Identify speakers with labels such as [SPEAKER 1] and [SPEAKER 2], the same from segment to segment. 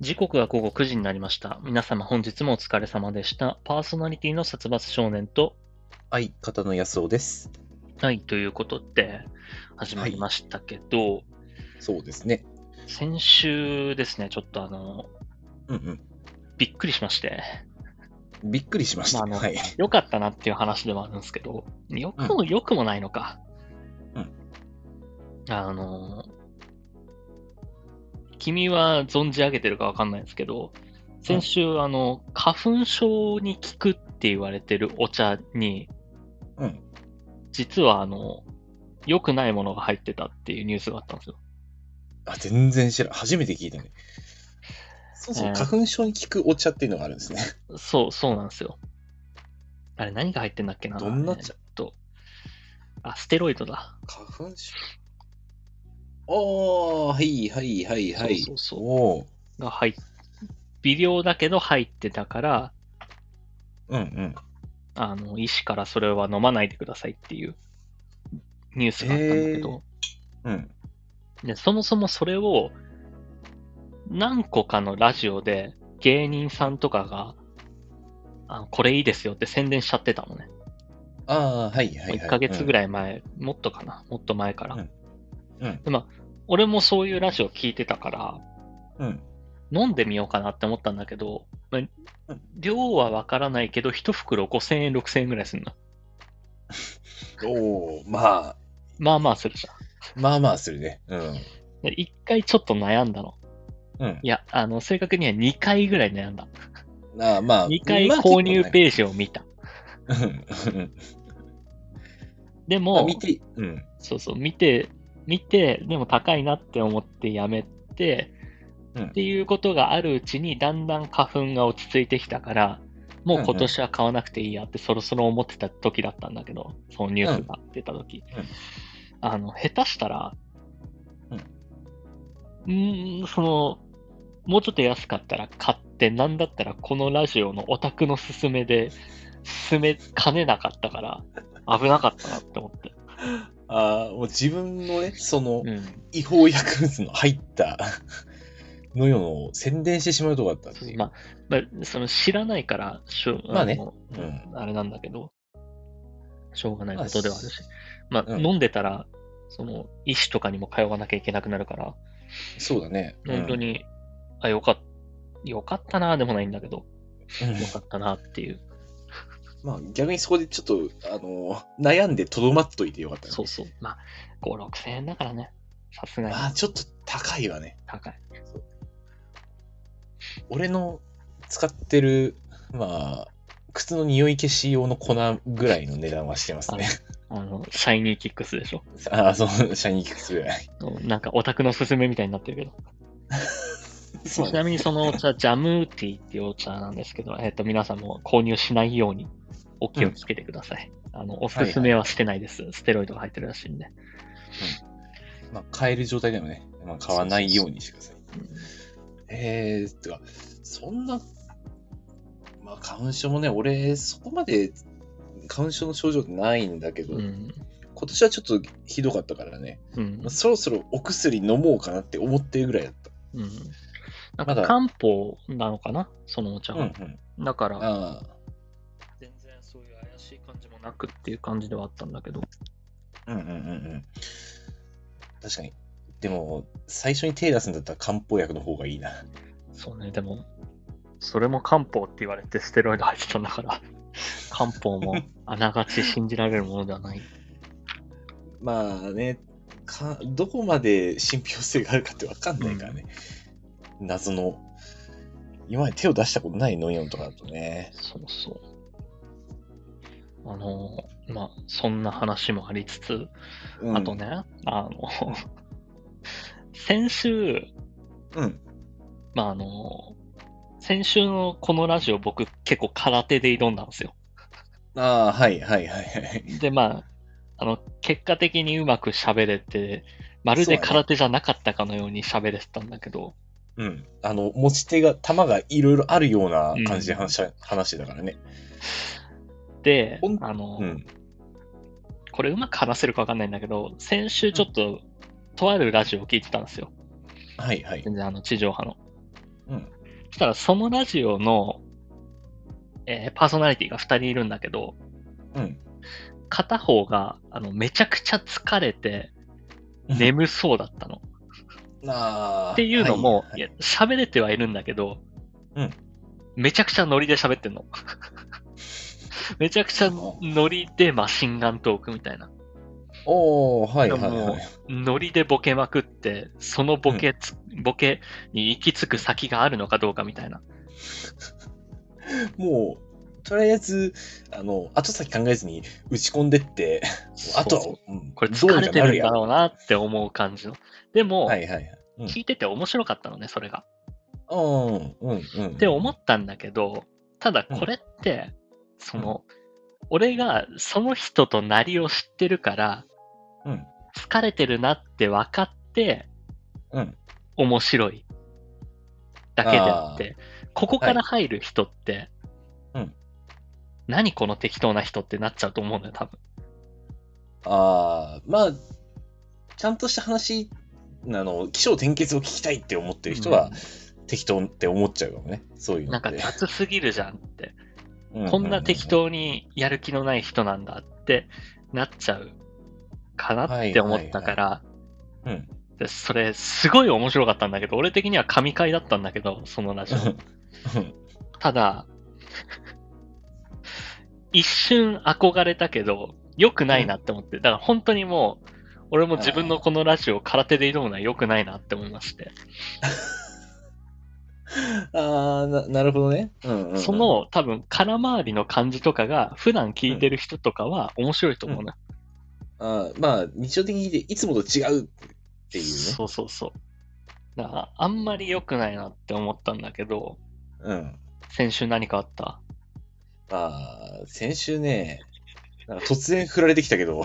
[SPEAKER 1] 時刻は午後9時になりました。皆様本日もお疲れ様でした。パーソナリティの殺伐少年と、
[SPEAKER 2] 相方の安尾です。
[SPEAKER 1] はい、ということで始まりましたけど、
[SPEAKER 2] そうですね。
[SPEAKER 1] 先週ですね、ちょっとあの、
[SPEAKER 2] うん
[SPEAKER 1] びっくりしまして、
[SPEAKER 2] うん。びっくりしまし
[SPEAKER 1] ま
[SPEAKER 2] た。
[SPEAKER 1] ああの
[SPEAKER 2] はい。
[SPEAKER 1] 良かったなっていう話でもあるんですけど、良くも良くもないのか。
[SPEAKER 2] うん
[SPEAKER 1] あの、君は存じ上げてるかわかんないですけど、先週、あの、花粉症に効くって言われてるお茶に、
[SPEAKER 2] うん。
[SPEAKER 1] 実はあの、良くないものが入ってたっていうニュースがあったんですよ。
[SPEAKER 2] あ、全然知らん。初めて聞いたね。そうそう、
[SPEAKER 1] えー
[SPEAKER 2] 花粉症に効くお茶っていうのがあるんですね。
[SPEAKER 1] そう、そうなんですよ。あれ何が入ってんだっけな
[SPEAKER 2] どんな茶
[SPEAKER 1] えっと、あ、ステロイドだ。
[SPEAKER 2] 花粉症ああー、はいはいはいはい。
[SPEAKER 1] そうそうそう
[SPEAKER 2] おー
[SPEAKER 1] が入っ微量だけど入ってたから、
[SPEAKER 2] うんうん。
[SPEAKER 1] あの、医師からそれは飲まないでくださいっていうニュースがあったんだけど、
[SPEAKER 2] うん。
[SPEAKER 1] でそもそもそれを何個かのラジオで芸人さんとかが、あのこれいいですよって宣伝しちゃってたのね。
[SPEAKER 2] ああ、はいはいはい。
[SPEAKER 1] 1ヶ月ぐ
[SPEAKER 2] らい。
[SPEAKER 1] らい前、もっとかな、もっと前から。
[SPEAKER 2] うんうん
[SPEAKER 1] でまあ、俺もそういうラジオ聞いてたから、
[SPEAKER 2] うん。
[SPEAKER 1] 飲んでみようかなって思ったんだけど、まあ
[SPEAKER 2] うん
[SPEAKER 1] 量はわからないけど、1袋5000円、6000円ぐらいするの。
[SPEAKER 2] おおまあ、
[SPEAKER 1] まあまあするじゃん。
[SPEAKER 2] まあまあするね。うん。
[SPEAKER 1] で一回ちょっと悩んだの。
[SPEAKER 2] うん
[SPEAKER 1] い。や、あの、正確には2回ぐらい悩んだ。
[SPEAKER 2] あーまあ、
[SPEAKER 1] 2回
[SPEAKER 2] まあ
[SPEAKER 1] 購入
[SPEAKER 2] イ。
[SPEAKER 1] ページを見た。
[SPEAKER 2] うんうん
[SPEAKER 1] で
[SPEAKER 2] まあ
[SPEAKER 1] も
[SPEAKER 2] 見、て、うん。
[SPEAKER 1] そうそう、見て、見て、でも高いなって思ってやめて、
[SPEAKER 2] うん
[SPEAKER 1] っていうことがあるうちに、だんだん花粉が落ち着いてきたから、もう今年は買わなくていいやってそろそろ思ってた時だったんだけど、そのニュースが出た時。
[SPEAKER 2] うんうん
[SPEAKER 1] あの、下手したら、
[SPEAKER 2] うん
[SPEAKER 1] ーんその、もうちょっと安かったら買って、なんだったらこのラジオのオタクの勧めで、勧めかねなかったから、危なかったなって思って。
[SPEAKER 2] ああ、もう自分のね、その、
[SPEAKER 1] うん
[SPEAKER 2] 違法薬物の入ったのよのを宣伝してしまうとこだったんですよ。
[SPEAKER 1] まあ、まあ、その知らないからしょ、
[SPEAKER 2] まあね
[SPEAKER 1] の
[SPEAKER 2] うん
[SPEAKER 1] あれなんだけど、しょうがないことではあるし、まあ、
[SPEAKER 2] うん
[SPEAKER 1] 飲んでたら、その、医師とかにも通わなきゃいけなくなるから、
[SPEAKER 2] そうだね。
[SPEAKER 1] 本当に、あ、よかった、よかったな、でもないんだけど、
[SPEAKER 2] うん。うん
[SPEAKER 1] よかったなっていう、
[SPEAKER 2] まあ逆にそこでちょっと、あの、悩んでとどまっといてよかったね
[SPEAKER 1] そうそう、まあ、5、6千円だからね、さすがに
[SPEAKER 2] まあちょっと高いわね。
[SPEAKER 1] 高い。
[SPEAKER 2] 俺の使ってる、まあ、靴の匂い消し用の粉ぐらいの値段はしてますね。
[SPEAKER 1] あの、シャイニーキックスでしょ。
[SPEAKER 2] ああ、そう、シャイニーキックスぐらい。
[SPEAKER 1] なんかオタクのすすめみたいになってるけど。
[SPEAKER 2] そう
[SPEAKER 1] ちなみにそのお茶、ジャムーティーっていうお茶なんですけど、えっ、と、皆さんも購入しないようにお気をつけてください。あの、おすすめはしてないです、ステロイドが入ってるらしいんで。
[SPEAKER 2] まあ、買える状態でもね、まあ、買わないようにしてください。えー、てか、そんな、まあ、花粉症もね、俺、そこまで花粉症の症状ってないんだけど、
[SPEAKER 1] うん。
[SPEAKER 2] 今年はちょっとひどかったからね、
[SPEAKER 1] うん
[SPEAKER 2] まあ。そろそろお薬飲もうかなって思ってるぐらいだった。
[SPEAKER 1] うん。なんか
[SPEAKER 2] まだ
[SPEAKER 1] 漢方なのかなそのお茶
[SPEAKER 2] うんう
[SPEAKER 1] は。
[SPEAKER 2] ん。
[SPEAKER 1] だから、
[SPEAKER 2] あ
[SPEAKER 1] 全然そういう怪しい感じもなくっていう感じではあったんだけど。
[SPEAKER 2] あ、うんうんうんうん。確かに。でも、最初に手出すんだったら漢方薬の方がいいな。
[SPEAKER 1] そうね、でも、それも漢方って言われてステロイド入ってたんだから、漢方もあながち信じられるものではない。
[SPEAKER 2] まあね、かどこまで信憑性があるかってわかんないからね。謎の、今まで手を出したことないノイオンとかだとね。
[SPEAKER 1] そうそう。あのー、まあ、そんな話もありつつ、
[SPEAKER 2] うん、
[SPEAKER 1] あと。ね、あの、 先週、
[SPEAKER 2] うん。
[SPEAKER 1] まあ、あのー、先週のこのラジオ僕結構空手で挑んだんですよ。
[SPEAKER 2] ああ、はいはいはいはい。
[SPEAKER 1] で、まあ、あの、結果的にうまく喋れて、まるで空手じゃなかったかのように喋れてたんだけど、
[SPEAKER 2] うん。あの、持ち手が、玉がいろいろあるような感じで話,、話してたからね。
[SPEAKER 1] で
[SPEAKER 2] ほ、ん
[SPEAKER 1] あの
[SPEAKER 2] う
[SPEAKER 1] ー、
[SPEAKER 2] ん。
[SPEAKER 1] これうまく話せるかわかんないんだけど、先週ちょっと、とあるラジオを聞いてたんですよ。
[SPEAKER 2] はいはい。
[SPEAKER 1] 全然あの地上波の。
[SPEAKER 2] うん。
[SPEAKER 1] そしたらそのラジオの、えーパーソナリティが2人いるんだけど、
[SPEAKER 2] うん。
[SPEAKER 1] 片方があのめちゃくちゃ疲れて眠そうだったの。
[SPEAKER 2] あー
[SPEAKER 1] っていうのも
[SPEAKER 2] は、
[SPEAKER 1] いや喋れてはいるんだけど、
[SPEAKER 2] うん
[SPEAKER 1] めちゃくちゃノリで喋って んの。めちゃくちゃノリでマシンガントークみたいな。
[SPEAKER 2] おおはいはい
[SPEAKER 1] で
[SPEAKER 2] は
[SPEAKER 1] も
[SPEAKER 2] い。
[SPEAKER 1] ノリでボケまくって、そのボケつ、ボケに行き着く先があるのかどうかみたいな。
[SPEAKER 2] もう、とりあえず、あの、後先考えずに打ち込んでって、あとは
[SPEAKER 1] そう、
[SPEAKER 2] うん
[SPEAKER 1] これ疲れてるんだ
[SPEAKER 2] どうにかな
[SPEAKER 1] ろうなって思う感じの。でも、
[SPEAKER 2] はいはいはい。うん
[SPEAKER 1] 聞いてて面白かったのね、それが。
[SPEAKER 2] うん、うん、うん。
[SPEAKER 1] って思ったんだけど、ただこれって、その、俺がその人となりを知ってるから、
[SPEAKER 2] うん、
[SPEAKER 1] 疲れてるなって分かって、
[SPEAKER 2] うん。
[SPEAKER 1] 面白いだけであって、ここから入る人って、
[SPEAKER 2] はいうん
[SPEAKER 1] 何この適当な人ってなっちゃうと思うんだよ、多分。
[SPEAKER 2] ああ、まあ、ちゃんとした話、あの、起承転結を聞きたいって思ってる人は、適当って思っちゃうかもね。そういう
[SPEAKER 1] な
[SPEAKER 2] の
[SPEAKER 1] んか
[SPEAKER 2] で。
[SPEAKER 1] 雑すぎるじゃんって、
[SPEAKER 2] ううう
[SPEAKER 1] こんな適。当にやる気のない人なんだってなっちゃうかなって思ったから、
[SPEAKER 2] うん。
[SPEAKER 1] でそれすごい面白かったんだけど、俺的には神回だったんだけど、そのラジオ。ただ、一瞬憧れたけど、良くないなって思って、だから本当にもう、俺も自分のこのラジオを空手で挑むのは良くないなって思いまして、
[SPEAKER 2] ああ、ななるほどね。うんうんうん
[SPEAKER 1] そ、の多分空回りの感じとかが、普段聞いてる人とかは面白いと思うな。
[SPEAKER 2] あーまあ、日常的にいつもと違うっていうね。
[SPEAKER 1] そうそうそう。だから、あんまり良くないなって思ったんだけど、
[SPEAKER 2] うん。
[SPEAKER 1] 先週何かあった
[SPEAKER 2] ああ、先週ね、なんか突然振られてきたけど、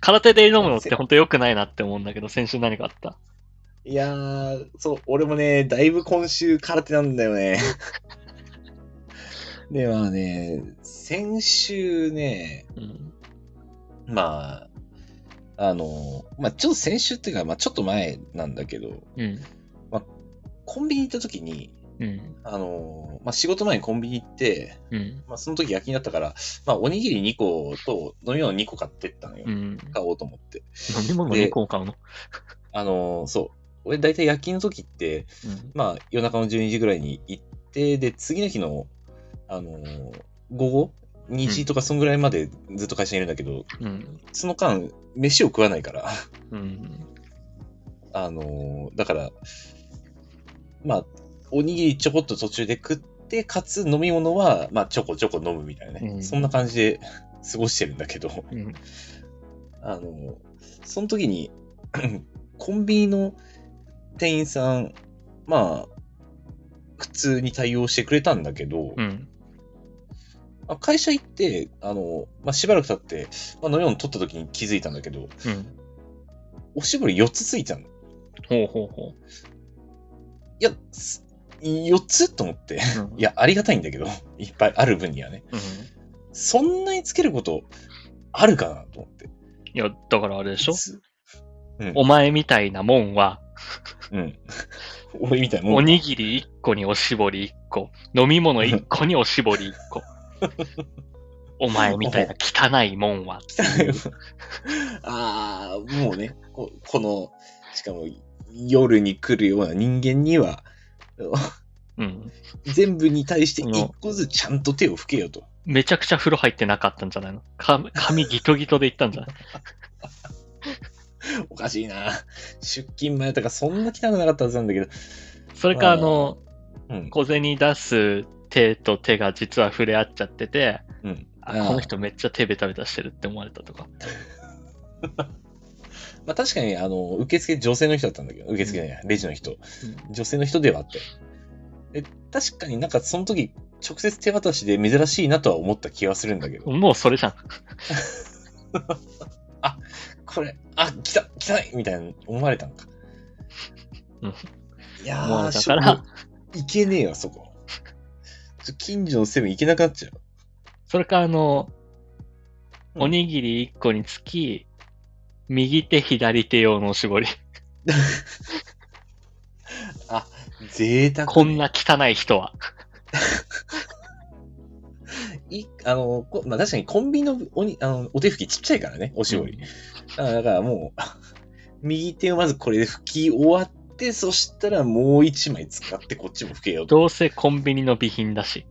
[SPEAKER 1] 空手で挑むのって本当良くないなって思うんだけど、先週何かあった
[SPEAKER 2] いやー、そう、俺もね、だいぶ今週空手なんだよ ね。で、まあね、先週ね、
[SPEAKER 1] うん。
[SPEAKER 2] まあ、あの、まあちょっと先週っていうか、まあちょっと前なんだけど、
[SPEAKER 1] うん。
[SPEAKER 2] コンビニ行った時に、
[SPEAKER 1] うん。
[SPEAKER 2] あの、まあ仕事前にコンビニ行って、
[SPEAKER 1] うん。
[SPEAKER 2] まあその時夜勤だったから、まあおにぎり2個と飲み物2個買ってったのよ。
[SPEAKER 1] うん。
[SPEAKER 2] 買おうと思って。
[SPEAKER 1] 飲み物
[SPEAKER 2] で
[SPEAKER 1] 2個買うの
[SPEAKER 2] あの、そう。俺大体夜勤の時って、
[SPEAKER 1] うん。
[SPEAKER 2] まあ、夜中の12時ぐらいに行って、で、次の日の、あのー午後2時とかそんぐらいまでずっと会社にいるんだけど、
[SPEAKER 1] うん。
[SPEAKER 2] その間、飯を食わないから、
[SPEAKER 1] うん。
[SPEAKER 2] あのーだから、まあ、おにぎりちょこっと途中で食って、かつ飲み物は、まあ、ちょこちょこ飲むみたいなね、
[SPEAKER 1] うん
[SPEAKER 2] そんな感じで過ごしてるんだけど、
[SPEAKER 1] うん。
[SPEAKER 2] あのーその時に、 コンビニの店員さん、まあ、普通に対応してくれたんだけど、
[SPEAKER 1] うん。
[SPEAKER 2] あ会社行って、あの、まあ、しばらく経って、まあ、飲み物取った時に気づいたんだけど、
[SPEAKER 1] うん。
[SPEAKER 2] おしぼり4つついたの。い
[SPEAKER 1] ほうほうほ
[SPEAKER 2] や、す4つと思って。
[SPEAKER 1] う。うん
[SPEAKER 2] い、や、ありがたいんだけど、 いっぱいある分にはね。
[SPEAKER 1] うん。
[SPEAKER 2] そんなにつけること、あるかなと思って。
[SPEAKER 1] いや、だからあれでしょ
[SPEAKER 2] つ
[SPEAKER 1] お前みたいなもんは、
[SPEAKER 2] うん。 俺みたいなもん。
[SPEAKER 1] おにぎり1個におしぼり1個、飲み物1個におしぼり1個。 お前みたいな汚いもんは。
[SPEAKER 2] ああ、もうねこ、この、しかも、夜に来るような人間には、
[SPEAKER 1] うん。
[SPEAKER 2] 全部に対して一個ずつちゃんと手を拭けよと。
[SPEAKER 1] めちゃくちゃ風呂入ってなかったんじゃないのか髪ギトギトでいったんじゃない
[SPEAKER 2] おかしいな。出勤前とかそんな汚くなかったはずなんだけど。
[SPEAKER 1] それか、あの、
[SPEAKER 2] うん。
[SPEAKER 1] 小銭出す手と手が実は触れ合っちゃってて、
[SPEAKER 2] うん。
[SPEAKER 1] あこの人めっちゃ手ベタベタしてるって思われたとか。
[SPEAKER 2] まあ確かに、あの、受付女性の人だったんだけど、受付じゃない、レジの人。女性の人ではあったよ。で確かになんかその時、直接手渡しで珍しいなとは思った気はするんだけど、
[SPEAKER 1] もうそれじゃん。
[SPEAKER 2] これ、あ、来た、汚いみたいな思われたのか。
[SPEAKER 1] うん
[SPEAKER 2] いや
[SPEAKER 1] 思わ
[SPEAKER 2] ー、
[SPEAKER 1] れた
[SPEAKER 2] し
[SPEAKER 1] か
[SPEAKER 2] ょ
[SPEAKER 1] ら
[SPEAKER 2] いけねえわ、そこ。ちょ近所のセブン行けなくなっちゃう。
[SPEAKER 1] それか、あの、
[SPEAKER 2] うん
[SPEAKER 1] おにぎり1個につき、右手左手用のおしぼり。
[SPEAKER 2] あ、贅沢、
[SPEAKER 1] こん。な汚い人は。
[SPEAKER 2] いあの、こまあ、確かにコンビニのおにあのお手拭きちっちゃいからね、おしぼり。あだからもう、 右手をまずこれで拭き終わって、そしたらもう一枚使ってこっちも拭けよと。
[SPEAKER 1] どうせコンビニの備品だし。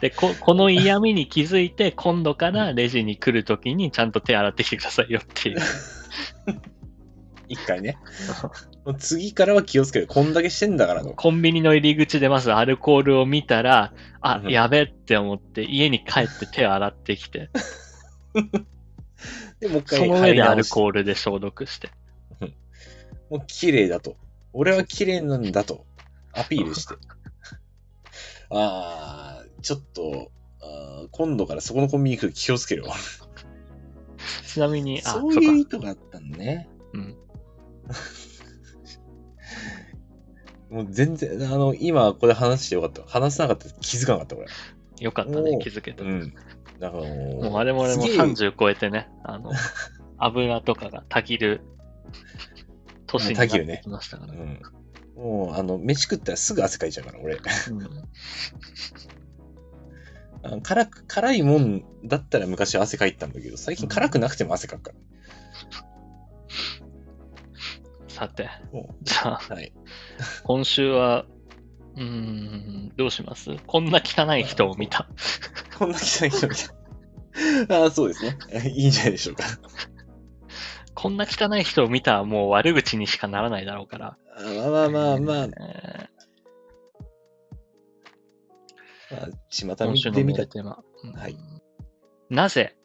[SPEAKER 1] でこ、この嫌味に気づいて、今度からレジに来るときにちゃんと手洗ってきてくださいよっていう。
[SPEAKER 2] 一回ね。もう次からは気をつける。こんだけしてんだからと。
[SPEAKER 1] コンビニの入り口でまずアルコールを見たら、あ
[SPEAKER 2] う、ん
[SPEAKER 1] やべって思って、家に帰って手洗ってき て、
[SPEAKER 2] で、もう一回
[SPEAKER 1] その上でアル
[SPEAKER 2] ー
[SPEAKER 1] コールで消毒して。
[SPEAKER 2] ル。もう綺麗だと。俺は綺麗なんだと。アピールして。 ああ、ちょっと、あー今度からそこのコンビニ行くと気をつけるわ。
[SPEAKER 1] ちなみに、あ、
[SPEAKER 2] そういう
[SPEAKER 1] う
[SPEAKER 2] 意図があったんだね。
[SPEAKER 1] うん。
[SPEAKER 2] もう全然、あの、今これ話してよかった。話さなかったら気づかなかった、これ。
[SPEAKER 1] か。よかったね、気づけた。
[SPEAKER 2] う
[SPEAKER 1] も
[SPEAKER 2] ん。だからもう、
[SPEAKER 1] うあれも俺も
[SPEAKER 2] すげえ
[SPEAKER 1] 30超えてね、あ の、油とかがたぎる年になってきましたから
[SPEAKER 2] う
[SPEAKER 1] ね。
[SPEAKER 2] ん。もう、あの、飯食ったらすぐ汗かいちゃうから、俺。
[SPEAKER 1] うん
[SPEAKER 2] あの辛く、辛いもんだったら昔は汗かいたんだけど、最近辛くなくても汗かくか
[SPEAKER 1] さて、
[SPEAKER 2] ら。も
[SPEAKER 1] じゃあ、
[SPEAKER 2] う、はい。
[SPEAKER 1] 今週は、うーん、どうしますこんな汚い人を見た。
[SPEAKER 2] こんな汚い人みたい。ああ、そうですね。えいいんじゃないでしょうか。
[SPEAKER 1] こんな汚い人を見たらもう悪口にしかならないだろうから。
[SPEAKER 2] あまあまあまあまあ、
[SPEAKER 1] え
[SPEAKER 2] まあ、巷
[SPEAKER 1] ー今週
[SPEAKER 2] 見
[SPEAKER 1] のメ
[SPEAKER 2] てみ
[SPEAKER 1] ー
[SPEAKER 2] た
[SPEAKER 1] ル。テーマ。うん
[SPEAKER 2] はい
[SPEAKER 1] なぜ、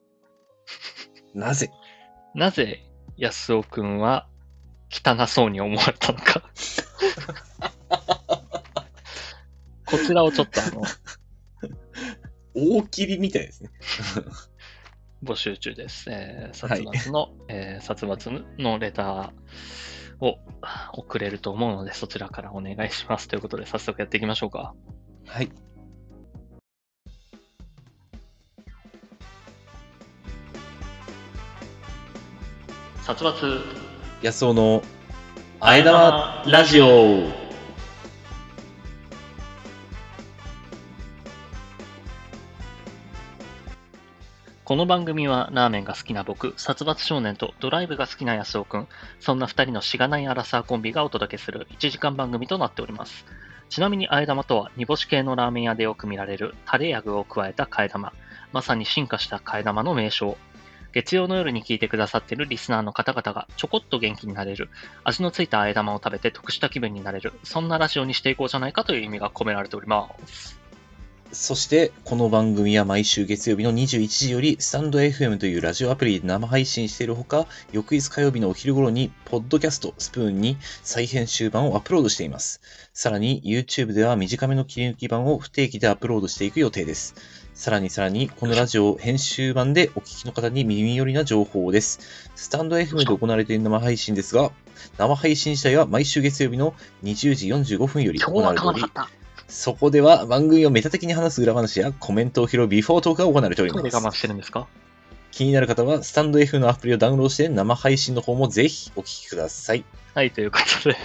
[SPEAKER 2] なぜ
[SPEAKER 1] なぜ安尾くんは汚そうに思われたの か。こちらをちょっとあの
[SPEAKER 2] 大切りみたいですね。
[SPEAKER 1] 募集中です。えー、
[SPEAKER 2] は
[SPEAKER 1] 殺
[SPEAKER 2] い
[SPEAKER 1] 伐の、えー殺伐のレターを送れると思うので、そちらからお願いします。ということで、早速やっていきましょうか。
[SPEAKER 2] はい。
[SPEAKER 1] 殺伐、
[SPEAKER 2] 安尾の、あえだ
[SPEAKER 1] ラジオ。この番組はラーメンが好きな僕、殺伐少年とドライブが好きな安尾くん、そんな二人のしがないアラサーコンビがお届けする1時間番組となっております。ちなみに、あえ玉とは、煮干し系のラーメン屋でよく見られる、タレや具を加えた替え玉。まさに進化した替え玉の名称。月曜の夜に聞いてくださってるリスナーの方々がちょこっと元気になれる、味のついたあえ玉を食べて得した気分になれる、そんなラジオにしていこうじゃないかという意味が込められております。
[SPEAKER 2] そして、この番組は毎週月曜日の21時より、スタンド FM というラジオアプリで生配信しているほか、翌日火曜日のお昼頃に、ポッドキャスト、スプーンに再編集版をアップロードしています。さらに、YouTube では短めの切り抜き版を不定期でアップロードしていく予定です。さらにさらに、このラジオを編集版でお聞きの方に耳寄りな情報です。スタンド FM で行われている生配信ですが、生配信自体は毎週月曜日の20時45分より
[SPEAKER 1] 今
[SPEAKER 2] 行
[SPEAKER 1] 日は
[SPEAKER 2] われて
[SPEAKER 1] 買
[SPEAKER 2] お
[SPEAKER 1] わな
[SPEAKER 2] り
[SPEAKER 1] かっ、た。
[SPEAKER 2] そこでは番組をメタ的に話す裏話やコメントを拾うビフォートークが行われており
[SPEAKER 1] トイ
[SPEAKER 2] ま
[SPEAKER 1] レ我慢
[SPEAKER 2] す。
[SPEAKER 1] してるんですか
[SPEAKER 2] 気になる方はスタンド F のアプリをダウンロードして生配信の方もぜひお聞きください。
[SPEAKER 1] はい、ということで、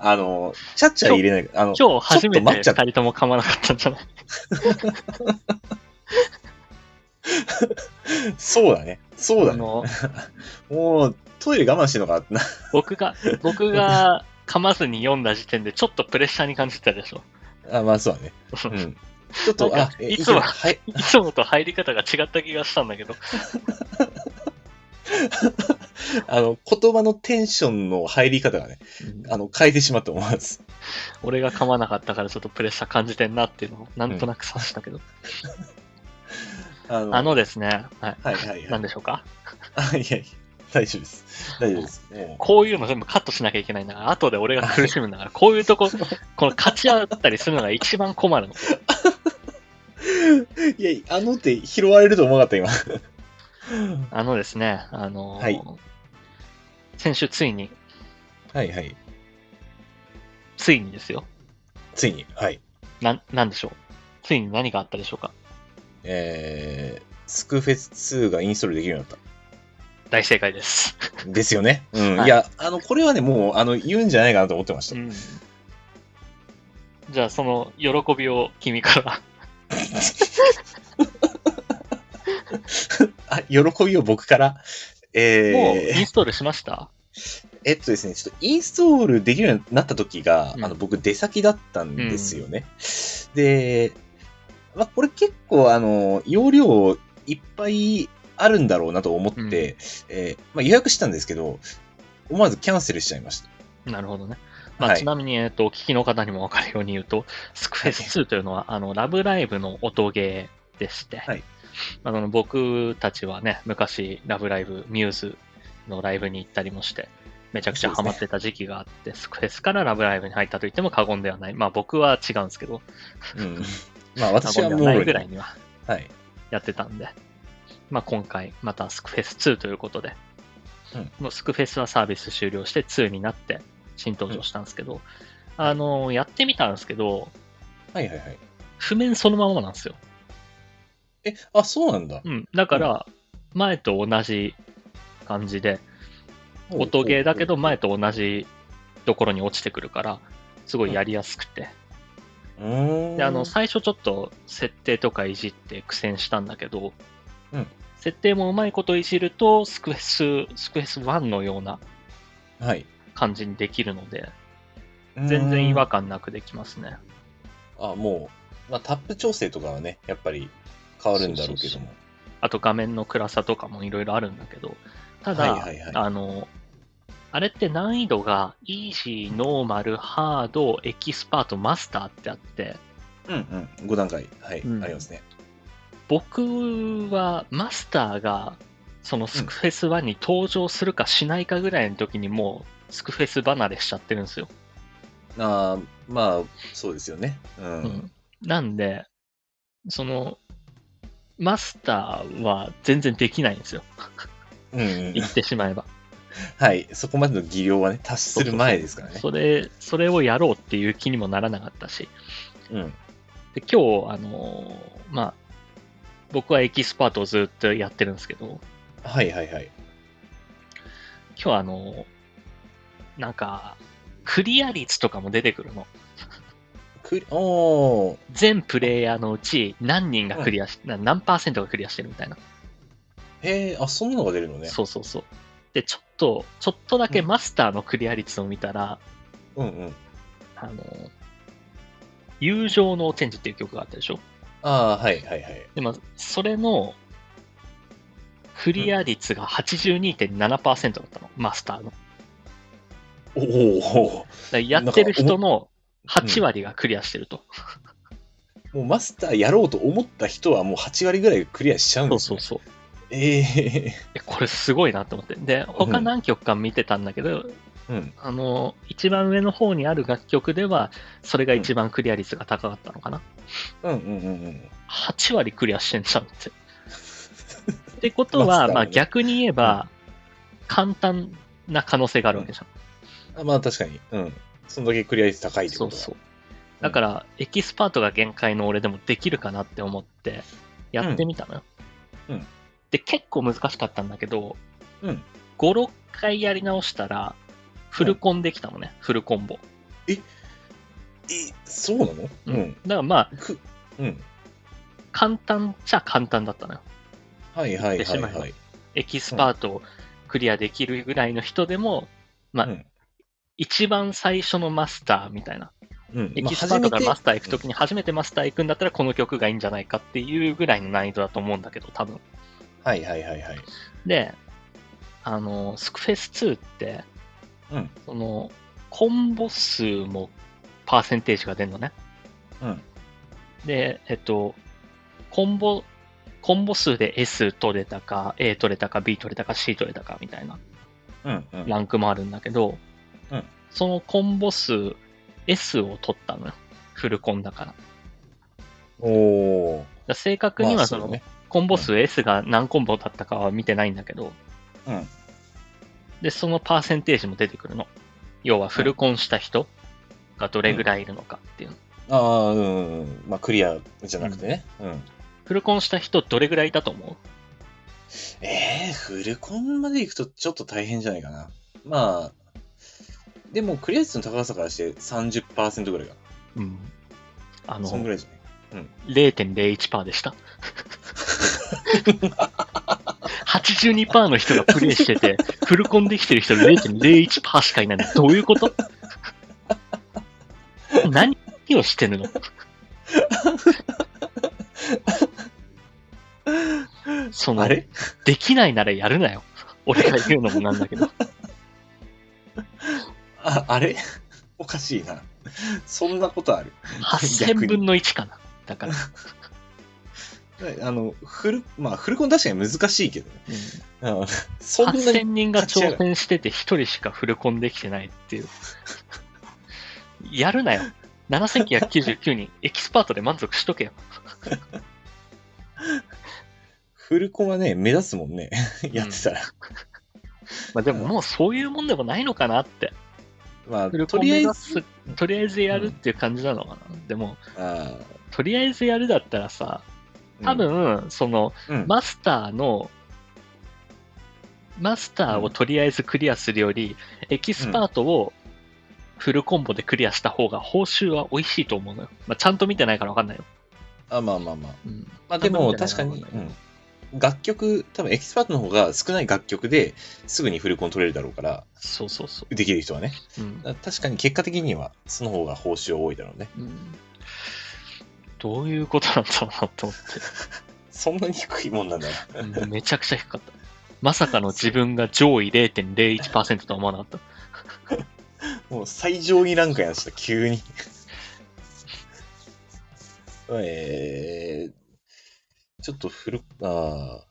[SPEAKER 2] あの、ちゃっちゃ入れない、あの、
[SPEAKER 1] 今日初め
[SPEAKER 2] ちょっと待
[SPEAKER 1] て
[SPEAKER 2] っちゃった
[SPEAKER 1] 2人とも噛まなかったんじゃない
[SPEAKER 2] そうだね。そうだ
[SPEAKER 1] あ
[SPEAKER 2] ね。
[SPEAKER 1] の
[SPEAKER 2] もうトイレ我慢してるのか な。
[SPEAKER 1] 僕が、僕が噛まずに読んだ時点でちょっとプレッシャーに感じてたでしょ。
[SPEAKER 2] あ、まあそうだね。うん。ちょっと、
[SPEAKER 1] なん
[SPEAKER 2] あ
[SPEAKER 1] か、
[SPEAKER 2] え
[SPEAKER 1] いつも
[SPEAKER 2] はい。
[SPEAKER 1] いつもと入り方が違った気がしたんだけど、
[SPEAKER 2] あの、言葉のテンションの入り方がね、あの、変えてしまったと思います。
[SPEAKER 1] 俺が噛まなかったからちょっとプレッシャー感じてんなっていうのをなんとなく察したけど、
[SPEAKER 2] あの
[SPEAKER 1] あのですね、はい、
[SPEAKER 2] はいはいは
[SPEAKER 1] 何
[SPEAKER 2] い。
[SPEAKER 1] でしょうか
[SPEAKER 2] あ、いやいや、大丈夫です。大丈夫です。もう
[SPEAKER 1] こういうの全部カットしなきゃいけないんだから、後で俺が苦しむんだから、こういうと こ、この勝ち合ったりするのが一番困るの。
[SPEAKER 2] いや、あのって拾われると思わなかった、今。
[SPEAKER 1] あのですね、あのー
[SPEAKER 2] はい
[SPEAKER 1] 先週ついに、
[SPEAKER 2] はいはい。
[SPEAKER 1] ついにですよ。
[SPEAKER 2] ついに、はい。
[SPEAKER 1] な、なんでしょう。ついに何があったでしょうか。
[SPEAKER 2] えー、スクフェス2がインストールできるようになっ
[SPEAKER 1] 大正解です。
[SPEAKER 2] ですよね。うん。
[SPEAKER 1] はい
[SPEAKER 2] いや、あの、これはね、もう、あの、言うんじゃないかなと思ってました。
[SPEAKER 1] うん。じゃあ、その喜びを君から。
[SPEAKER 2] あ、喜びを僕から。
[SPEAKER 1] もう
[SPEAKER 2] え
[SPEAKER 1] インストールしました
[SPEAKER 2] ー、えっとですね、ちょっとインストールできるようになった時が、
[SPEAKER 1] うん
[SPEAKER 2] あの、僕出先だったんですよね。で、まあ、これ結構、あの、容量いっぱいあるんだろうなと思って、
[SPEAKER 1] うん
[SPEAKER 2] えーまあ、予約したんですけど、思わずキャンセルしちゃいました。
[SPEAKER 1] なるほどね。まあ、
[SPEAKER 2] はい
[SPEAKER 1] ちなみに、えっと、お聞きの方にも分かるように言うと、スクフェス2というのは、あの、ラブライブの音ゲーでして、
[SPEAKER 2] はい
[SPEAKER 1] あの僕たちはね、昔、ラブライブ、ミューズのライブに行ったりもして、めちゃくちゃハマってた時期があって、スクフェスからラブライブに入ったと言っても過言ではない。まあ、僕は違うんですけど、
[SPEAKER 2] うん。まあ、私は
[SPEAKER 1] 過言で
[SPEAKER 2] もう
[SPEAKER 1] はないぐらいには。
[SPEAKER 2] はい。
[SPEAKER 1] やってたんで、まあ、今回またスクフェス2ということで、
[SPEAKER 2] うん
[SPEAKER 1] もうスクフェスはサービス終了して2になって新登場したんですけど、あのーやってみたんですけど、
[SPEAKER 2] はいはいはい。
[SPEAKER 1] 譜面そのままなんですよ。
[SPEAKER 2] え、あ、そうなんだ
[SPEAKER 1] う。ん、だから、前と同じ感じで、音ゲーだけど前と同じところに落ちてくるから、すごいやりやすくて。
[SPEAKER 2] うーん。
[SPEAKER 1] であの最初ちょっと設定とかいじって苦戦したんだけど、
[SPEAKER 2] うん
[SPEAKER 1] 設定もうまいこといじるとスクエススクエス1のような
[SPEAKER 2] はい。
[SPEAKER 1] 感じにできるので全然違和感なくできますね
[SPEAKER 2] うーん。あ、もう、まあ、タップ調整とかはね、やっぱり変わるんだろうけども。
[SPEAKER 1] あと画面の暗さとかもいろいろあるんだけどただ、
[SPEAKER 2] はいはいはい
[SPEAKER 1] あのあれって難易度がイージー、ノーマル、ハード、エキスパート、マスターってあって、
[SPEAKER 2] うんうん。5段階。はい。
[SPEAKER 1] うん
[SPEAKER 2] ありますね。
[SPEAKER 1] 僕はマスターがそのスクフェス1に登場するかしないかぐらいの時にもうスクフェス離れしちゃってるんですよ。
[SPEAKER 2] あーまあ、そうですよね。うん。
[SPEAKER 1] うんなんで、そのマスターは全然できないん ですよ。
[SPEAKER 2] うんうん
[SPEAKER 1] 言ってしまえば。
[SPEAKER 2] はい。そこまでの技量はね、達する前ですからね。
[SPEAKER 1] それ、それをやろうっていう気にもならなかったし。
[SPEAKER 2] うん。
[SPEAKER 1] で今日、あのーまあ、僕はエキスパートをずっとやってるんですけど、
[SPEAKER 2] はいはいはい。
[SPEAKER 1] 今日あの、なんか、クリア率とかも出てくるの。
[SPEAKER 2] クリおー。
[SPEAKER 1] 全プレイヤーのうち何人がクリアし、な何パーセントがクリアしてるみたいな。
[SPEAKER 2] へえ、あ、そんなのが出るのね。
[SPEAKER 1] そうそうそう。で、ちょっと、ちょっとだけマスターのクリア率を見たら、
[SPEAKER 2] うんうん。
[SPEAKER 1] あの、友情のチェンジっていう曲があったでしょ
[SPEAKER 2] ああ、はいはいはい。
[SPEAKER 1] で、まあ、それの、クリア率が82.7%だったの、マスターの。だか
[SPEAKER 2] おお。
[SPEAKER 1] らやってる人の
[SPEAKER 2] ん
[SPEAKER 1] 8割がクリアしてると。
[SPEAKER 2] もうマスターやろうと思った人はもう8割ぐらいクリアしちゃうん
[SPEAKER 1] そう
[SPEAKER 2] です
[SPEAKER 1] そ
[SPEAKER 2] ね
[SPEAKER 1] う。そう。
[SPEAKER 2] ええ
[SPEAKER 1] えこれすごいなと思って。で、他何曲か見てたんだけど、
[SPEAKER 2] うん。
[SPEAKER 1] あの、一番上の方にある楽曲では、それが一番クリア率が高かったのかな。
[SPEAKER 2] うんうんうんうん。
[SPEAKER 1] 8割クリアしてんじゃん って。ってこと
[SPEAKER 2] マスター
[SPEAKER 1] は、
[SPEAKER 2] もね
[SPEAKER 1] まあ逆に言えば、簡単な可能性があるわけじゃん。
[SPEAKER 2] あまあ確かに。うん。そんだけクリア率高いって
[SPEAKER 1] そ
[SPEAKER 2] こ
[SPEAKER 1] う
[SPEAKER 2] とだ。
[SPEAKER 1] そう。だから、エキスパートが限界の俺でもできるかなって思って、やってみたのよ。
[SPEAKER 2] うんうん
[SPEAKER 1] で、結構難しかったんだけど、
[SPEAKER 2] うん。
[SPEAKER 1] 5、6回やり直したら、フルコンできたのね、フルコンボ。
[SPEAKER 2] え、そうなのう
[SPEAKER 1] うん
[SPEAKER 2] ん。
[SPEAKER 1] だからまあ、
[SPEAKER 2] く、うん。
[SPEAKER 1] 簡単っちゃ簡単だったのよ。
[SPEAKER 2] はいはいはい
[SPEAKER 1] 言ってしま
[SPEAKER 2] は
[SPEAKER 1] え
[SPEAKER 2] い。
[SPEAKER 1] エキスパートをクリアできるぐらいの人でも、まあ、
[SPEAKER 2] うん
[SPEAKER 1] 一番最初のマスターみたいな。
[SPEAKER 2] うん。
[SPEAKER 1] エ
[SPEAKER 2] まあ
[SPEAKER 1] キスパートからマスター行くとき
[SPEAKER 2] に。
[SPEAKER 1] に初めてマスター行くんだったらこの曲がいいんじゃないかっていうぐらいの難易度だと思うんだけど、多分。
[SPEAKER 2] はいはいはいはい。
[SPEAKER 1] で、あの、スクフェス2って、
[SPEAKER 2] うん
[SPEAKER 1] その、コンボ数もパーセンテージが出るのね。
[SPEAKER 2] うん。
[SPEAKER 1] で、えっと、コンボ、コンボ数で S 取れたか、A 取れたか、B 取れたか、C 取れたかみたいな
[SPEAKER 2] うんうん。
[SPEAKER 1] ランクもあるんだけど、
[SPEAKER 2] うん
[SPEAKER 1] そのコンボ数 S を取ったのよ。フルコンだから。だか
[SPEAKER 2] おおー。
[SPEAKER 1] ら正確に
[SPEAKER 2] ま
[SPEAKER 1] は
[SPEAKER 2] あ
[SPEAKER 1] その、
[SPEAKER 2] うね。
[SPEAKER 1] コンボ数 S が何コンボだったかは見てないんだけど、
[SPEAKER 2] うん。
[SPEAKER 1] で、そのパーセンテージも出てくるの。要はフルコンした人がどれぐらいいるのかっていうの。
[SPEAKER 2] ああ、うんうんうん。まあクリアじゃなくてね。うん。
[SPEAKER 1] フルコンした人どれぐらいいたと思う
[SPEAKER 2] えー、フルコンまで行くとちょっと大変じゃないかな。まあ、でもクリア率の高さからして30%ぐらいか
[SPEAKER 1] うん。あ
[SPEAKER 2] な。
[SPEAKER 1] の
[SPEAKER 2] そんぐ、らいじゃない
[SPEAKER 1] 0.01%でした。82%の人がプレイしてて、フルコンできてる人0.01%しかいないの。どういうこと何をしてるのその
[SPEAKER 2] あれ
[SPEAKER 1] できないならやるなよ。俺が言うのもなんだけど。
[SPEAKER 2] あ、あれ おかしいな。そんなことある。
[SPEAKER 1] 8000分の1かな。だから。
[SPEAKER 2] あの、フル、まあ、フルコン確かに難しいけどね。
[SPEAKER 1] うん
[SPEAKER 2] うんそんな
[SPEAKER 1] 8000
[SPEAKER 2] に、
[SPEAKER 1] 人が挑戦してて1人しかフルコンできてないっていう。やるなよ。7999人、エキスパートで満足しとけよ。
[SPEAKER 2] フルコンはね、目立つもんね。 やってたら。
[SPEAKER 1] まあでももうそういうもんでもないのかなって。
[SPEAKER 2] まあ
[SPEAKER 1] フル、コ
[SPEAKER 2] と
[SPEAKER 1] ン
[SPEAKER 2] り
[SPEAKER 1] 目
[SPEAKER 2] あえ
[SPEAKER 1] 指
[SPEAKER 2] ず、
[SPEAKER 1] す、とりあえずやるっていう感じなのかな。でも、
[SPEAKER 2] あ
[SPEAKER 1] とりあえずやるだったらさ、
[SPEAKER 2] ー
[SPEAKER 1] 多、分、その、
[SPEAKER 2] うん
[SPEAKER 1] マスターの、マスターをとりあえずクリアするより、エキスパートをフルコンボでクリアした方が報酬は美味しいと思うのよ。まあ、ちゃんと見てないからわかんないよ。
[SPEAKER 2] あ、まあまあまあ。
[SPEAKER 1] うん。
[SPEAKER 2] まあでも
[SPEAKER 1] 多分
[SPEAKER 2] 確かに
[SPEAKER 1] みたいなもんだよね、
[SPEAKER 2] うん楽曲、多分エキスパートの方が少ない楽曲ですぐにフルコン取れるだろうから、
[SPEAKER 1] そうそうそ
[SPEAKER 2] できる人はね。
[SPEAKER 1] う。うん。
[SPEAKER 2] 確かに結果的にはその方が報酬多いだろうね。
[SPEAKER 1] うんどういうことなんだろうなと思
[SPEAKER 2] そんなに低いもんなんだ な。
[SPEAKER 1] って。めちゃくちゃ低かった。まさかの自分が上位0.01%とは思わなかっ
[SPEAKER 2] もう最上位ランクやんした、急に。 えー、ちょっと古あー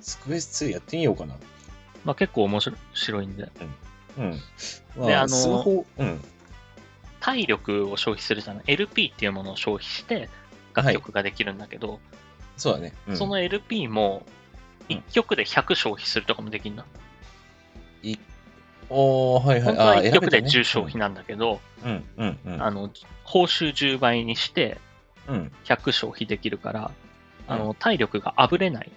[SPEAKER 2] スクエス2やってみようかな。
[SPEAKER 1] た。まあ結構面白いんで。
[SPEAKER 2] うん。ま
[SPEAKER 1] であのー
[SPEAKER 2] 数歩うん。
[SPEAKER 1] 体力を消費するじゃない LP っていうものを消費して
[SPEAKER 2] は
[SPEAKER 1] 楽
[SPEAKER 2] い
[SPEAKER 1] 曲ができるんだけど、
[SPEAKER 2] そうだね。うん
[SPEAKER 1] その LP も
[SPEAKER 2] うん
[SPEAKER 1] 1曲で100消費するとかもできるんだ、
[SPEAKER 2] おーはいはい。
[SPEAKER 1] 本当は
[SPEAKER 2] ー
[SPEAKER 1] 1曲で
[SPEAKER 2] 選べたね
[SPEAKER 1] 10消費なんだけど、
[SPEAKER 2] うんうんうん。
[SPEAKER 1] あの報酬10倍にして
[SPEAKER 2] うん。
[SPEAKER 1] 100消費できるから、
[SPEAKER 2] うん
[SPEAKER 1] あの体力があぶれない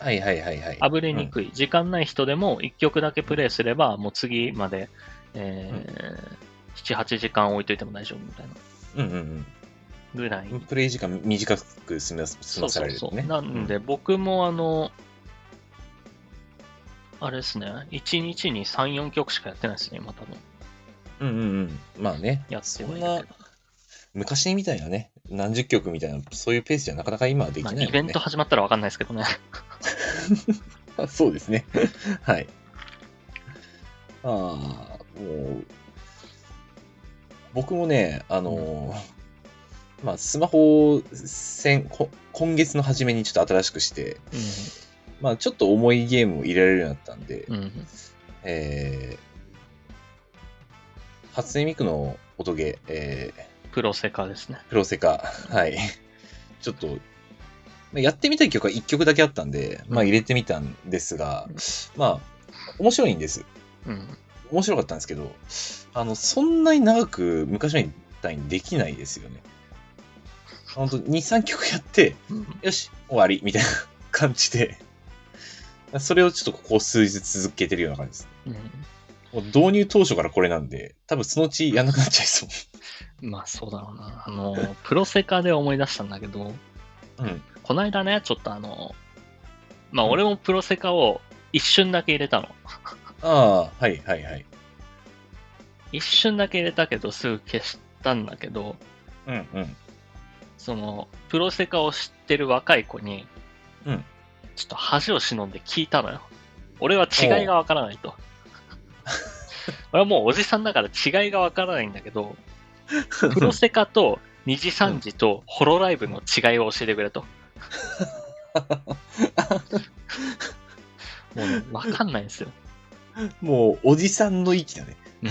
[SPEAKER 2] はいはいはいはい。
[SPEAKER 1] あぶれにくい、時間ない人でも1曲だけプレイすればもう次まで、えー78時間置いといても大丈夫みたいな
[SPEAKER 2] うんうん
[SPEAKER 1] ぐらい
[SPEAKER 2] うん。プレイ時間短く済ま済まされるね。
[SPEAKER 1] そうそうそうなんで、僕もあの、あれですね、1日に3、4曲しかやってないですね、今多分。
[SPEAKER 2] うんうんうん。まあね。
[SPEAKER 1] やって
[SPEAKER 2] そ
[SPEAKER 1] はい
[SPEAKER 2] ん
[SPEAKER 1] るけど
[SPEAKER 2] な昔みたいなね、何十曲みたいな、そういうペースじゃなかなか今はでき
[SPEAKER 1] ま
[SPEAKER 2] な
[SPEAKER 1] あ
[SPEAKER 2] い、ね
[SPEAKER 1] イベント始まったらわかんないですけどね。
[SPEAKER 2] あ そうですね。 はい。ああ、もう、僕もね、あのーまあ、スマホを先こ今月の初めにちょっと新しくして、まあ、ちょっと重いゲームを入れられるようになったんで、
[SPEAKER 1] うん。
[SPEAKER 2] えー、初音ミクの音ゲー、え
[SPEAKER 1] プロセカですね。
[SPEAKER 2] ー、プロセカ、はい。ちょっと、まあやってみたい曲は1曲だけあったんで、まあ入れてみたんですが
[SPEAKER 1] うん、
[SPEAKER 2] まあ、面白いんです。
[SPEAKER 1] うん。
[SPEAKER 2] 面白かったんですけど、あの、そんなに長く昔みたいにできないですよね。ほんと、2、3曲やって、
[SPEAKER 1] うん
[SPEAKER 2] よし、終わり、みたいな感じで、それをちょっとここ数日続けてるような感じです。
[SPEAKER 1] うん
[SPEAKER 2] もう導入当初からこれなんで、多分そのうちやんなくなっちゃいそ
[SPEAKER 1] まあそうだろうな。あの、プロセカで思い出したんだけど、
[SPEAKER 2] う。うん。
[SPEAKER 1] この間ね、ちょっとあの、まあ俺もプロセカを一瞬だけ入れたの。
[SPEAKER 2] ああ、はいはいはい。
[SPEAKER 1] 一瞬だけ入れたけど、すぐ消したんだけど、
[SPEAKER 2] うんうん。
[SPEAKER 1] そのプロセカを知ってる若い子に、
[SPEAKER 2] うん
[SPEAKER 1] ちょっと恥を忍んで聞いたのよ。俺は違いがわからないと。 俺はもうおじさんだから違いがわからないんだけど、プロセカと二次三次とホロライブの違いを教えてくれ と。もうね、わかんないんですよ。
[SPEAKER 2] もう、おじさんの域だね。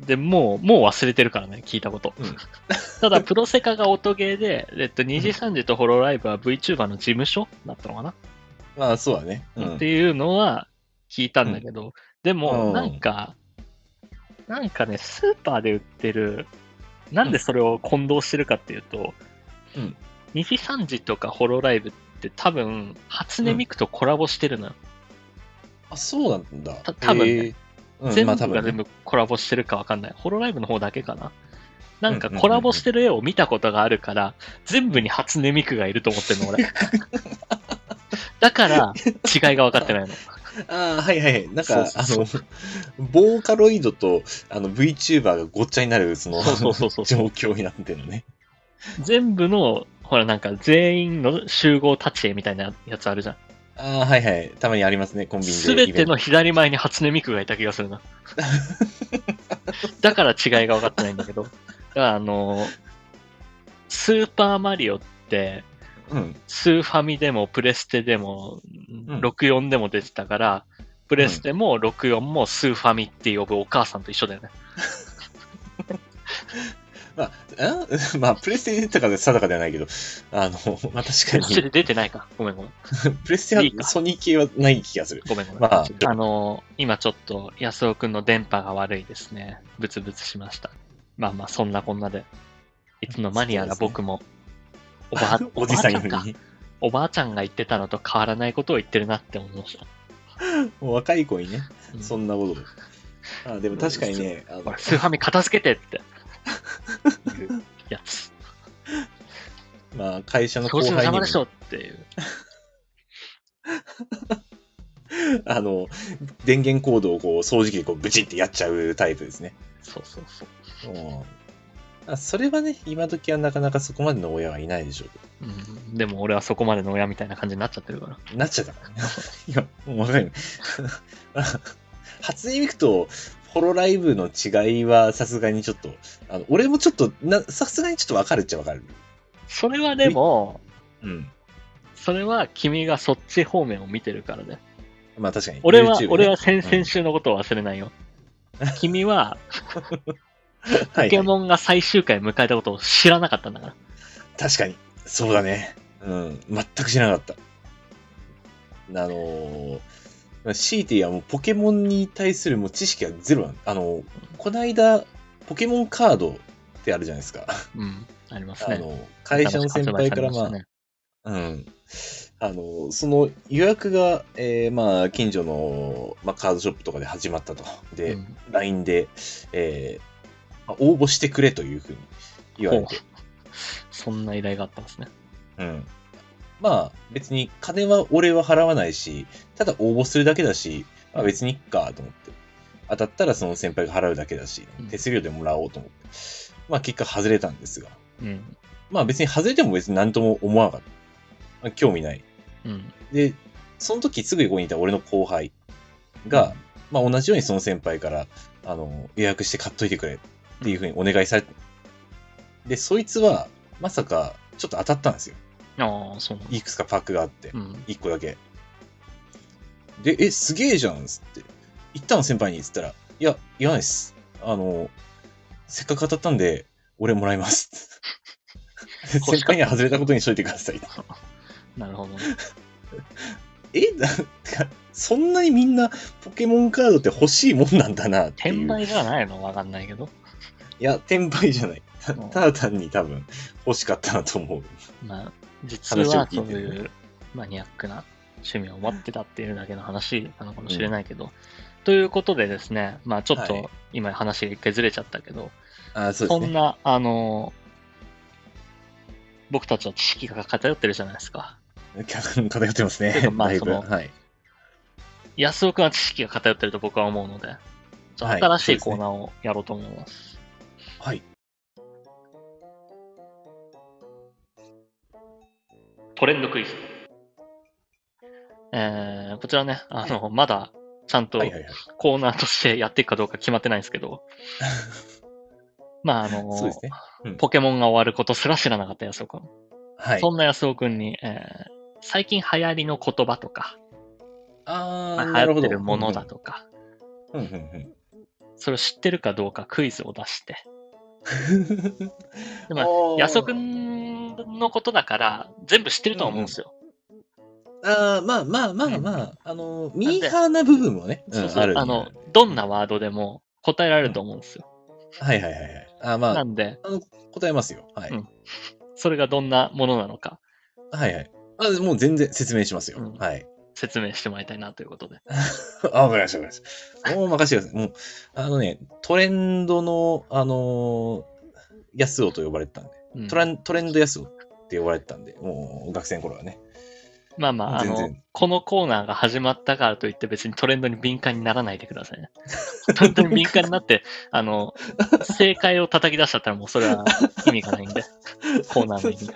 [SPEAKER 1] で、もう、もう忘れてるからね、聞いたこと。
[SPEAKER 2] うん
[SPEAKER 1] ただ、プロセカが音ゲーで、えっと、二次三次とホロライブは VTuber の事務所だったのかな、
[SPEAKER 2] まあ、そうだね。うん
[SPEAKER 1] っていうのは聞いたんだけど、で
[SPEAKER 2] う
[SPEAKER 1] も、
[SPEAKER 2] ん
[SPEAKER 1] なんか、なんかね、スーパーで売ってる、なんでそれを混同してるかっていうと、
[SPEAKER 2] うん
[SPEAKER 1] 二次三次とかホロライブっって多分、初音ミクとコラボしてるのよ。
[SPEAKER 2] あ、そうなんだ。
[SPEAKER 1] た多分ね
[SPEAKER 2] えーうん
[SPEAKER 1] 全
[SPEAKER 2] ま
[SPEAKER 1] 部
[SPEAKER 2] あ多分
[SPEAKER 1] が
[SPEAKER 2] ね
[SPEAKER 1] 全部コラボしてるかわかんない。ホロライブの方だけかな。なんか
[SPEAKER 2] うんうんうん
[SPEAKER 1] コラボしてる絵を見たことがあるから、全部に初音ミクがいると思ってるの、 俺。だから、違いが分かって ないの。
[SPEAKER 2] ああ、はいはいはい。なんか、
[SPEAKER 1] そうそう
[SPEAKER 2] あの、ボーカロイドとあの VTuber がごっちゃになる、その、
[SPEAKER 1] そうそうそうそう
[SPEAKER 2] 状況になってるのね。
[SPEAKER 1] 全部の、ほら、なんか全員の集合立ち絵みたいなやつあるじゃん。
[SPEAKER 2] ああ、はいはい。たまにありますね、コンビニで。
[SPEAKER 1] すべての左前に初音ミクがいた気がする な。だから違いが分かってないんだけど。だからあの、スーパーマリオって、
[SPEAKER 2] イベント。
[SPEAKER 1] スーファミでもプレステでも、
[SPEAKER 2] うん
[SPEAKER 1] 64でも出てたから、プレステも64もスーファミって呼ぶお母さんと一緒だよね。
[SPEAKER 2] うん。あ まあ、プレステに出たか定かではないけど、あの、ま
[SPEAKER 1] プ
[SPEAKER 2] あ確か
[SPEAKER 1] レステ
[SPEAKER 2] に、
[SPEAKER 1] で 出てないか。ごめんごめん。
[SPEAKER 2] プレステ
[SPEAKER 1] いいか
[SPEAKER 2] はソニー系はない気がする。
[SPEAKER 1] ごめんごめん。
[SPEAKER 2] まあ
[SPEAKER 1] あの、今ちょっと安尾くんの電波が悪いですね。ブツブツしました。まあまあ、そんなこんなで。いつの間にやら
[SPEAKER 2] そうですね
[SPEAKER 1] 僕も、おばあ
[SPEAKER 2] おじさんよ
[SPEAKER 1] おばあちゃんか
[SPEAKER 2] り、
[SPEAKER 1] おばあちゃんが言ってたのと変わらないことを言ってるなって思いました。
[SPEAKER 2] もう若い子にね、
[SPEAKER 1] うん
[SPEAKER 2] そんなこと。あーでも確かにね、あの
[SPEAKER 1] ほらスーファミ片付けて って。いうやつ。
[SPEAKER 2] まあ、会社の後
[SPEAKER 1] 掃除の
[SPEAKER 2] 輩
[SPEAKER 1] 邪
[SPEAKER 2] にも
[SPEAKER 1] 魔でしょっていう。
[SPEAKER 2] あの、電源コードをこう、掃除機でこう、ブチってやっちゃうタイプですね。
[SPEAKER 1] そうそうそう。
[SPEAKER 2] うん。あそれはね、今時はなかなかそこまでの親はいないでしょうけ
[SPEAKER 1] うん、でも俺はそこまでの親みたいな感じになっちゃってるから。
[SPEAKER 2] ど。なっちゃったからね。 いや、もう若いね。 初音ミクとホロライブの違いはさすがにちょっと、あの俺もちょっとな、さすがにちょっとわかるっちゃわかる。
[SPEAKER 1] それはでも、
[SPEAKER 2] うん。
[SPEAKER 1] それは君がそっち方面を見てるからね。
[SPEAKER 2] まあ確かに。
[SPEAKER 1] 俺は
[SPEAKER 2] YouTube、ね
[SPEAKER 1] 俺は先々週のことを忘れないよ。 君は、
[SPEAKER 2] は
[SPEAKER 1] ポ
[SPEAKER 2] い
[SPEAKER 1] ケ
[SPEAKER 2] はい
[SPEAKER 1] モンが最終回迎えたことを知らなかったんだから。
[SPEAKER 2] 確かに。そうだね。うん。全く知らなかった。あのー、強いて言えばもうポケモンに対するもう知識がゼロなんあのー、こないだ、ポケモンカードってあるじゃないですか。
[SPEAKER 1] うん、あります
[SPEAKER 2] あ
[SPEAKER 1] ね。
[SPEAKER 2] のー、会社の先輩から
[SPEAKER 1] 新しく発売
[SPEAKER 2] まあ、
[SPEAKER 1] され
[SPEAKER 2] うん。あのー、その予約が、えーまあ、近所の、まあ、カードショップとかで始まったと。
[SPEAKER 1] まし
[SPEAKER 2] で、
[SPEAKER 1] たね
[SPEAKER 2] LINE で、えーまあ応募してくれというふうに言われて。
[SPEAKER 1] うんそんな依頼があったんですね。
[SPEAKER 2] うん。まあ別に金は俺は払わないし、ただ応募するだけだし、まあ、別にいっかと思って。当たったらその先輩が払うだけだし
[SPEAKER 1] うん、
[SPEAKER 2] 手数料でもらおうと思って。まあ結果外れたんですが。
[SPEAKER 1] うん、
[SPEAKER 2] まあ別に外れても別に何とも思わなかった。まあ、興味ない。
[SPEAKER 1] うん。
[SPEAKER 2] で、その時すぐ横にいた俺の後輩が、まあ同じようにその先輩から、あの、予約して買っといてくれっていうふうにお願いされた。で、そいつは、まさか、ちょっと当たったんですよ。
[SPEAKER 1] ああ、そうなんだ
[SPEAKER 2] いくつかパックがあって
[SPEAKER 1] う。ん。
[SPEAKER 2] 一個だけ。で、え、すげえじゃんっつって。行ったの先輩にっつったら、いや、言わないっす。あの、せっかく当たったんで、俺もらいます。で
[SPEAKER 1] 欲
[SPEAKER 2] 先
[SPEAKER 1] しかった
[SPEAKER 2] 輩には外れたことにしといてください。
[SPEAKER 1] なるほどね。
[SPEAKER 2] え、なてかそんなにみんなポケモンカードって欲しいもんなんだなってい
[SPEAKER 1] 転
[SPEAKER 2] う。
[SPEAKER 1] 売じゃないのわかんないけど。
[SPEAKER 2] いや、転売じゃない。た
[SPEAKER 1] うん
[SPEAKER 2] ただ単に多分欲しかったなと思う。
[SPEAKER 1] まあ、実は
[SPEAKER 2] 話
[SPEAKER 1] そ
[SPEAKER 2] を
[SPEAKER 1] う
[SPEAKER 2] 聞いてる
[SPEAKER 1] いうマニアックな趣味を持ってたっていうだけの話なのかもしれないけど。ということでですね、まあちょっ
[SPEAKER 2] はい
[SPEAKER 1] と今話が一回ずれちゃったけど、
[SPEAKER 2] あ、そうで
[SPEAKER 1] そ
[SPEAKER 2] す
[SPEAKER 1] ん
[SPEAKER 2] ね。
[SPEAKER 1] な、あの僕たちは知識が偏ってるじゃないですか。
[SPEAKER 2] 偏ってます
[SPEAKER 1] てか
[SPEAKER 2] ね。
[SPEAKER 1] まあ
[SPEAKER 2] だいぶ。
[SPEAKER 1] その
[SPEAKER 2] はい。
[SPEAKER 1] 安尾くんは知識が偏ってると僕は思うので、ちょっと
[SPEAKER 2] はい
[SPEAKER 1] 新し
[SPEAKER 2] そう
[SPEAKER 1] い
[SPEAKER 2] ですね
[SPEAKER 1] コーナーをやろうと思います。
[SPEAKER 2] はい。
[SPEAKER 1] トレンドクイズ。えー、こちらね、あの、まだちゃんと
[SPEAKER 2] はいはいはい。
[SPEAKER 1] コーナーとしてやっていくかどうか決まってないんですけど、まああの
[SPEAKER 2] そうですね。うん
[SPEAKER 1] ポケモンが終わることすら知らなかった安尾くん。
[SPEAKER 2] はい。
[SPEAKER 1] そんな安尾くんに、えー最近流行りの言葉とか、
[SPEAKER 2] あ
[SPEAKER 1] ま
[SPEAKER 2] ー
[SPEAKER 1] あ
[SPEAKER 2] な
[SPEAKER 1] 流行
[SPEAKER 2] ほ
[SPEAKER 1] って
[SPEAKER 2] ど
[SPEAKER 1] るものだとか、
[SPEAKER 2] うんうんうん
[SPEAKER 1] それを知ってるかどうかクイズを出して、
[SPEAKER 2] うん。
[SPEAKER 1] でまあ
[SPEAKER 2] おー
[SPEAKER 1] 安尾くんのことだから全部知ってるとは思うんですよ。
[SPEAKER 2] あーまあまあまあまあ、あのー、ミーハーな部分もね、うん
[SPEAKER 1] そうそう
[SPEAKER 2] ある。
[SPEAKER 1] あの、どんなワードでも答えられると思うんですよ。
[SPEAKER 2] はいはいはいはい。あーま
[SPEAKER 1] な
[SPEAKER 2] あ、
[SPEAKER 1] んで、
[SPEAKER 2] あの答えますよ。はい。
[SPEAKER 1] うんそれがどんなものなのか。
[SPEAKER 2] はいはい。あ、もう全然説明しますよ。
[SPEAKER 1] うん
[SPEAKER 2] はい。
[SPEAKER 1] 説明してもらいたいなということで。
[SPEAKER 2] あ、わかりました、わかりました。もう任せてください。もう、あのね、トレンドの、あのー、安男と呼ばれてたんで、
[SPEAKER 1] うん
[SPEAKER 2] トラントレンド安男って呼ばれてたんで、もう学生の頃はね。
[SPEAKER 1] まあまあ、あ
[SPEAKER 2] 全
[SPEAKER 1] の
[SPEAKER 2] 然、
[SPEAKER 1] このコーナーが始まったからといって別にトレンドに敏感にならないでくだ さいね。本当に敏感になって、あの、正解を叩き出しちゃったらもうそれは意味がないんで、コーナーの意味が。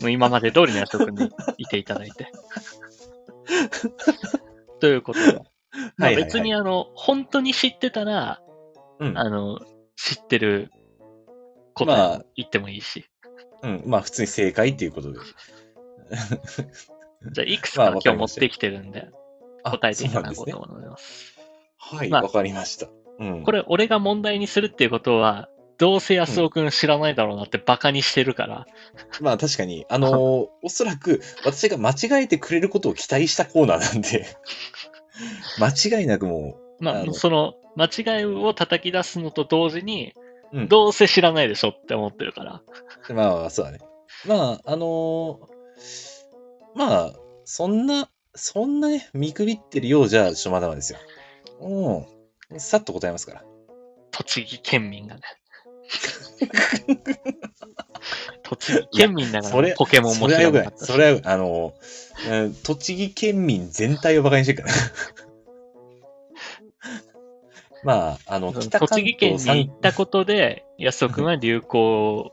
[SPEAKER 1] もう今まで通りの安尾君にいていただいて。ということで、まあ、
[SPEAKER 2] はいはいはい
[SPEAKER 1] 別にあの、本当に知ってたら、
[SPEAKER 2] うん。
[SPEAKER 1] あの、知ってること
[SPEAKER 2] まあ
[SPEAKER 1] 言ってもいいし、
[SPEAKER 2] うん。まあ、普通に正解っていうことで。
[SPEAKER 1] じゃあいくつ
[SPEAKER 2] ま
[SPEAKER 1] か
[SPEAKER 2] あ
[SPEAKER 1] 今
[SPEAKER 2] わかり
[SPEAKER 1] 日持
[SPEAKER 2] ま
[SPEAKER 1] っ
[SPEAKER 2] したよ
[SPEAKER 1] てきてるんで、
[SPEAKER 2] あ
[SPEAKER 1] 答えてい
[SPEAKER 2] そ
[SPEAKER 1] た
[SPEAKER 2] うな
[SPEAKER 1] だこ
[SPEAKER 2] んです
[SPEAKER 1] う
[SPEAKER 2] ね
[SPEAKER 1] と。思います。
[SPEAKER 2] はい、
[SPEAKER 1] まあ
[SPEAKER 2] わかりました。うん。
[SPEAKER 1] これ俺が問題にするっていうことは、どうせ安尾くん知らないだろうなってバカにしてるから、
[SPEAKER 2] まあ確かに、あのーおそらく私が間違えてくれることを期待したコーナーな んで、間違いなくも
[SPEAKER 1] ま
[SPEAKER 2] なる
[SPEAKER 1] あ、
[SPEAKER 2] ほど
[SPEAKER 1] その間違いを叩き出すのと同時に、
[SPEAKER 2] う、うん、
[SPEAKER 1] どうせ知らないでしょって思ってるから。
[SPEAKER 2] まあまあ、そうだね。まあ、あのーまあ、そんな、そんなね、見くびってるようじゃ、ちょっとまだまだですよ。うん。さっと答えますから。
[SPEAKER 1] 栃木県民が ね。栃木県民だか
[SPEAKER 2] それ
[SPEAKER 1] らポケモン
[SPEAKER 2] そ
[SPEAKER 1] も知
[SPEAKER 2] れは
[SPEAKER 1] ら
[SPEAKER 2] よく
[SPEAKER 1] な
[SPEAKER 2] な
[SPEAKER 1] か
[SPEAKER 2] い
[SPEAKER 1] っ。たし
[SPEAKER 2] それはよくあのーうん栃木県民全体を馬鹿にしてるから。 まあ、あの、北関
[SPEAKER 1] 栃木県
[SPEAKER 2] 東
[SPEAKER 1] に行
[SPEAKER 2] 三
[SPEAKER 1] ったことで、安尾くんは流行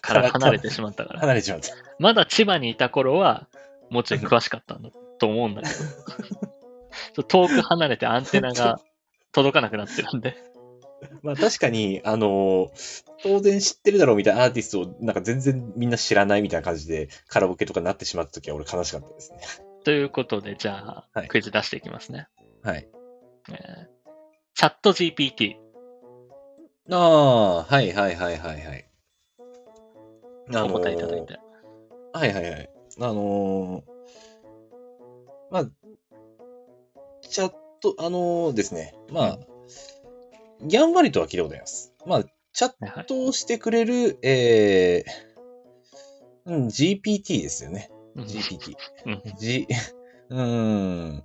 [SPEAKER 1] から離れてしまったから。
[SPEAKER 2] 離れちまった。
[SPEAKER 1] まだ千葉にいた頃は、もうちょい詳しかったんだと思うんだけど。ちょっと遠く離れてアンテナが届かなくなってるんで。
[SPEAKER 2] まあ確かに、あのー当然知ってるだろうみたいなアーティストを、なんか全然みんな知らないみたいな感じで、カラオケとかになってしまった時は俺悲しかったですね。
[SPEAKER 1] ということで、じゃあ、
[SPEAKER 2] はい
[SPEAKER 1] クイズ出していきますね。
[SPEAKER 2] はい。
[SPEAKER 1] えーチャット GPT。
[SPEAKER 2] ああ、はいはいはいはいはい。あの
[SPEAKER 1] お答えいただいて。
[SPEAKER 2] はいはいはい。あのーまあ、チャット、あのーですね、まあ、やんわりとは聞いたことあります。まあ、チャッ
[SPEAKER 1] はいはい
[SPEAKER 2] トをしてくれる、えー、うん、GPT ですよね。
[SPEAKER 1] うん
[SPEAKER 2] GPT
[SPEAKER 1] うん。
[SPEAKER 2] G、う ー ん。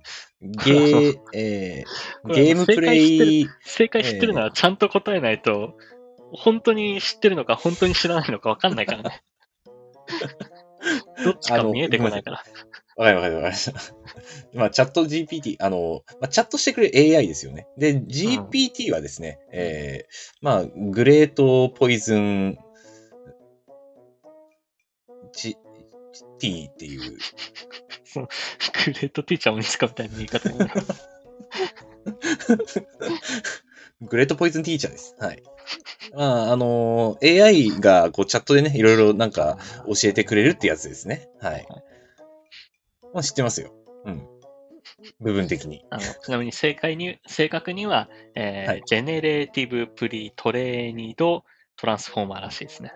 [SPEAKER 2] ゲー、えー、ゲームプレイ、
[SPEAKER 1] 正解知ってるならちゃんと答えないと、本当に知ってるのか本当に知らないのか分かんないから ね。どっちか見えてこないから。
[SPEAKER 2] わかりました、わかりました。 まあ、チャット GPT、あの、まあ、チャットしてくれる AI ですよね。で、GPT はですね、えー、まあ、グレートポイズン、G、T っていう、
[SPEAKER 1] グレートティーチャー鬼塚みたいな言い方になる
[SPEAKER 2] グレートポイズンティーチャーです。はい。まあ、あのー AI がこうチャットでね、いろいろなんか教えてくれるってやつですね。はい。まあ、知ってますよ。うん。部分的に。
[SPEAKER 1] あのちなみに正解に正確には、えー
[SPEAKER 2] はい
[SPEAKER 1] ジェネレーティブプリトレーニドトランスフォーマーらしいですね。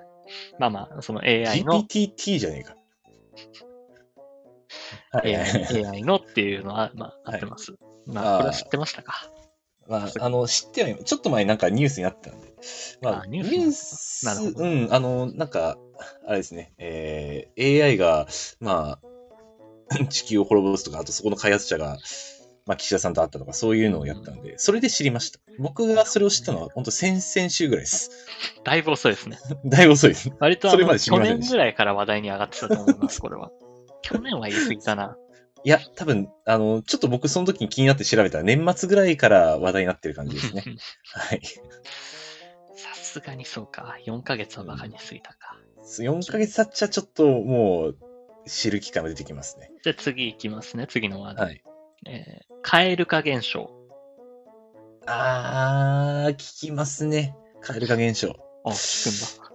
[SPEAKER 1] まあまあ、その AI の、
[SPEAKER 2] GPTT じゃねえ か。はいはいはい。
[SPEAKER 1] AI, AI のっていうのは、まあ、合ってます。まあ、
[SPEAKER 2] あー
[SPEAKER 1] これは知ってましたか。
[SPEAKER 2] まあ、あの、知ってはいますちょっと前になんかニュースになってたんで。まあ、
[SPEAKER 1] あニ
[SPEAKER 2] ニ
[SPEAKER 1] ュ
[SPEAKER 2] ュ
[SPEAKER 1] ースに
[SPEAKER 2] ース、
[SPEAKER 1] なったなるほど
[SPEAKER 2] うん、あの、なんか、あれですね、えー、AI が、まあ、 地球を滅ぼすとか、あとそこの開発者が、まあ、岸田さんと会ったとか、そういうのをやったんで、それで知りました。僕がそれを知ったのは、本当先々週ぐらいです。
[SPEAKER 1] だいぶ遅いですね。
[SPEAKER 2] だいぶ遅いです。
[SPEAKER 1] 割とあ
[SPEAKER 2] それま
[SPEAKER 1] の
[SPEAKER 2] で知
[SPEAKER 1] 去
[SPEAKER 2] りません
[SPEAKER 1] 年
[SPEAKER 2] でした
[SPEAKER 1] ぐらいから話題に上がってたと思い ます、これは。去年は言い過ぎたな。
[SPEAKER 2] いや、多分、あの、ちょっと僕その時に気になって調べたら、年末ぐらいから話題になってる感じですね。はい。
[SPEAKER 1] さすがにそうか。4ヶ月はバカに過ぎたか。
[SPEAKER 2] 4ヶ月経っちゃ、ちょっともう、知る機会も出てきますね。
[SPEAKER 1] じゃあ次いきますね、次のワード。
[SPEAKER 2] はい。
[SPEAKER 1] えーカエル化現象。
[SPEAKER 2] あー、聞きますね。カエル化現象。
[SPEAKER 1] あ、聞くんだ。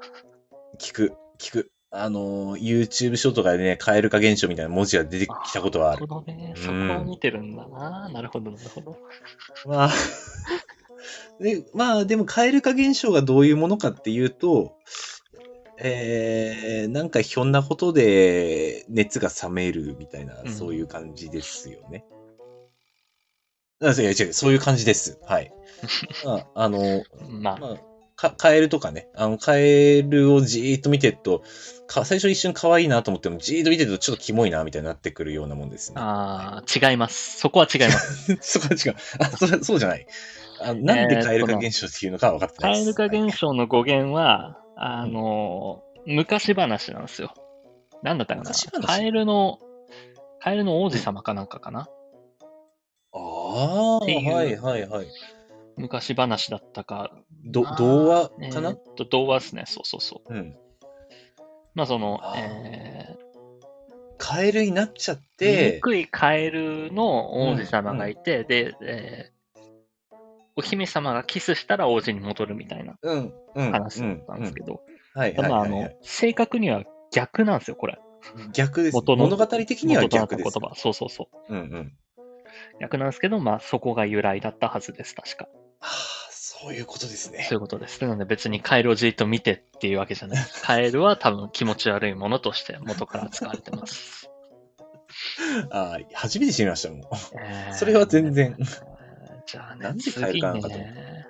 [SPEAKER 2] 聞く、聞く。あのー、YouTube ショーとかでね、カエル化現象みたいな文字が出てきたことはある。
[SPEAKER 1] なるほどね。
[SPEAKER 2] うん
[SPEAKER 1] そこを見てるんだな。なるほど、なるほど。
[SPEAKER 2] まあ、で、まあ、でもカエル化現象がどういうものかっていうと、えー、なんかひょんなことで熱が冷めるみたいな、
[SPEAKER 1] うん
[SPEAKER 2] そういう感じですよね。 あいや違う、そういう感じです。はい。まあ、あの、
[SPEAKER 1] まあ、
[SPEAKER 2] まあ、か、カエルとかね、あの、カエルをじーっと見てると、か、最初一瞬可愛いなと思っても、じーっと見てるとちょっとキモいな、みたいになってくるようなもんですね。
[SPEAKER 1] ああ、違います。そこは違い ます。
[SPEAKER 2] そこは違う。あ、それそうじゃない。あなんでカエル化現象っていうのかは分かってない
[SPEAKER 1] カ
[SPEAKER 2] で
[SPEAKER 1] エ
[SPEAKER 2] す。
[SPEAKER 1] ル化
[SPEAKER 2] はい
[SPEAKER 1] 現象の語源は、あのー昔話なんですよ。なんだったかな
[SPEAKER 2] 昔話
[SPEAKER 1] カエルの、カエルの王子様かなんかかな、
[SPEAKER 2] ああ、
[SPEAKER 1] っていう
[SPEAKER 2] はいはいはい。
[SPEAKER 1] 昔話だったか。
[SPEAKER 2] ど
[SPEAKER 1] あー
[SPEAKER 2] 童話か
[SPEAKER 1] え
[SPEAKER 2] な
[SPEAKER 1] ー、っと、童話ですね。そうそうそう。
[SPEAKER 2] うん。
[SPEAKER 1] まあ、その、
[SPEAKER 2] あー
[SPEAKER 1] え
[SPEAKER 2] カエルになっちゃっ
[SPEAKER 1] ー、で、
[SPEAKER 2] て、
[SPEAKER 1] 憎いカエルの王子様がいて、で、えーお姫様がキスしたら王子に戻るみたいな
[SPEAKER 2] うん、うん。
[SPEAKER 1] 話だったんですけ
[SPEAKER 2] ど。
[SPEAKER 1] ど、
[SPEAKER 2] はい
[SPEAKER 1] ま
[SPEAKER 2] はい
[SPEAKER 1] あ、あ
[SPEAKER 2] はいは
[SPEAKER 1] の
[SPEAKER 2] い。、
[SPEAKER 1] 正確には逆なんですよ、これ。
[SPEAKER 2] 逆です。
[SPEAKER 1] 元の
[SPEAKER 2] 物語的には逆です。
[SPEAKER 1] 元となった言葉。そうそうそう。
[SPEAKER 2] うんうん。
[SPEAKER 1] 役なんですけど、まあ、そこが由来だったはずです、確か。
[SPEAKER 2] ああ、そういうことですね
[SPEAKER 1] そうい。うことです。なので別にカエルをじっと見てっていうわけじゃ ないです。カエルは多分気持ち悪いものとして元から使われて ます。
[SPEAKER 2] ああ、初めて知りましたもん。
[SPEAKER 1] えー
[SPEAKER 2] それは全 然。
[SPEAKER 1] じゃあね、
[SPEAKER 2] なんでカエル
[SPEAKER 1] 次
[SPEAKER 2] かなんかと思
[SPEAKER 1] ね、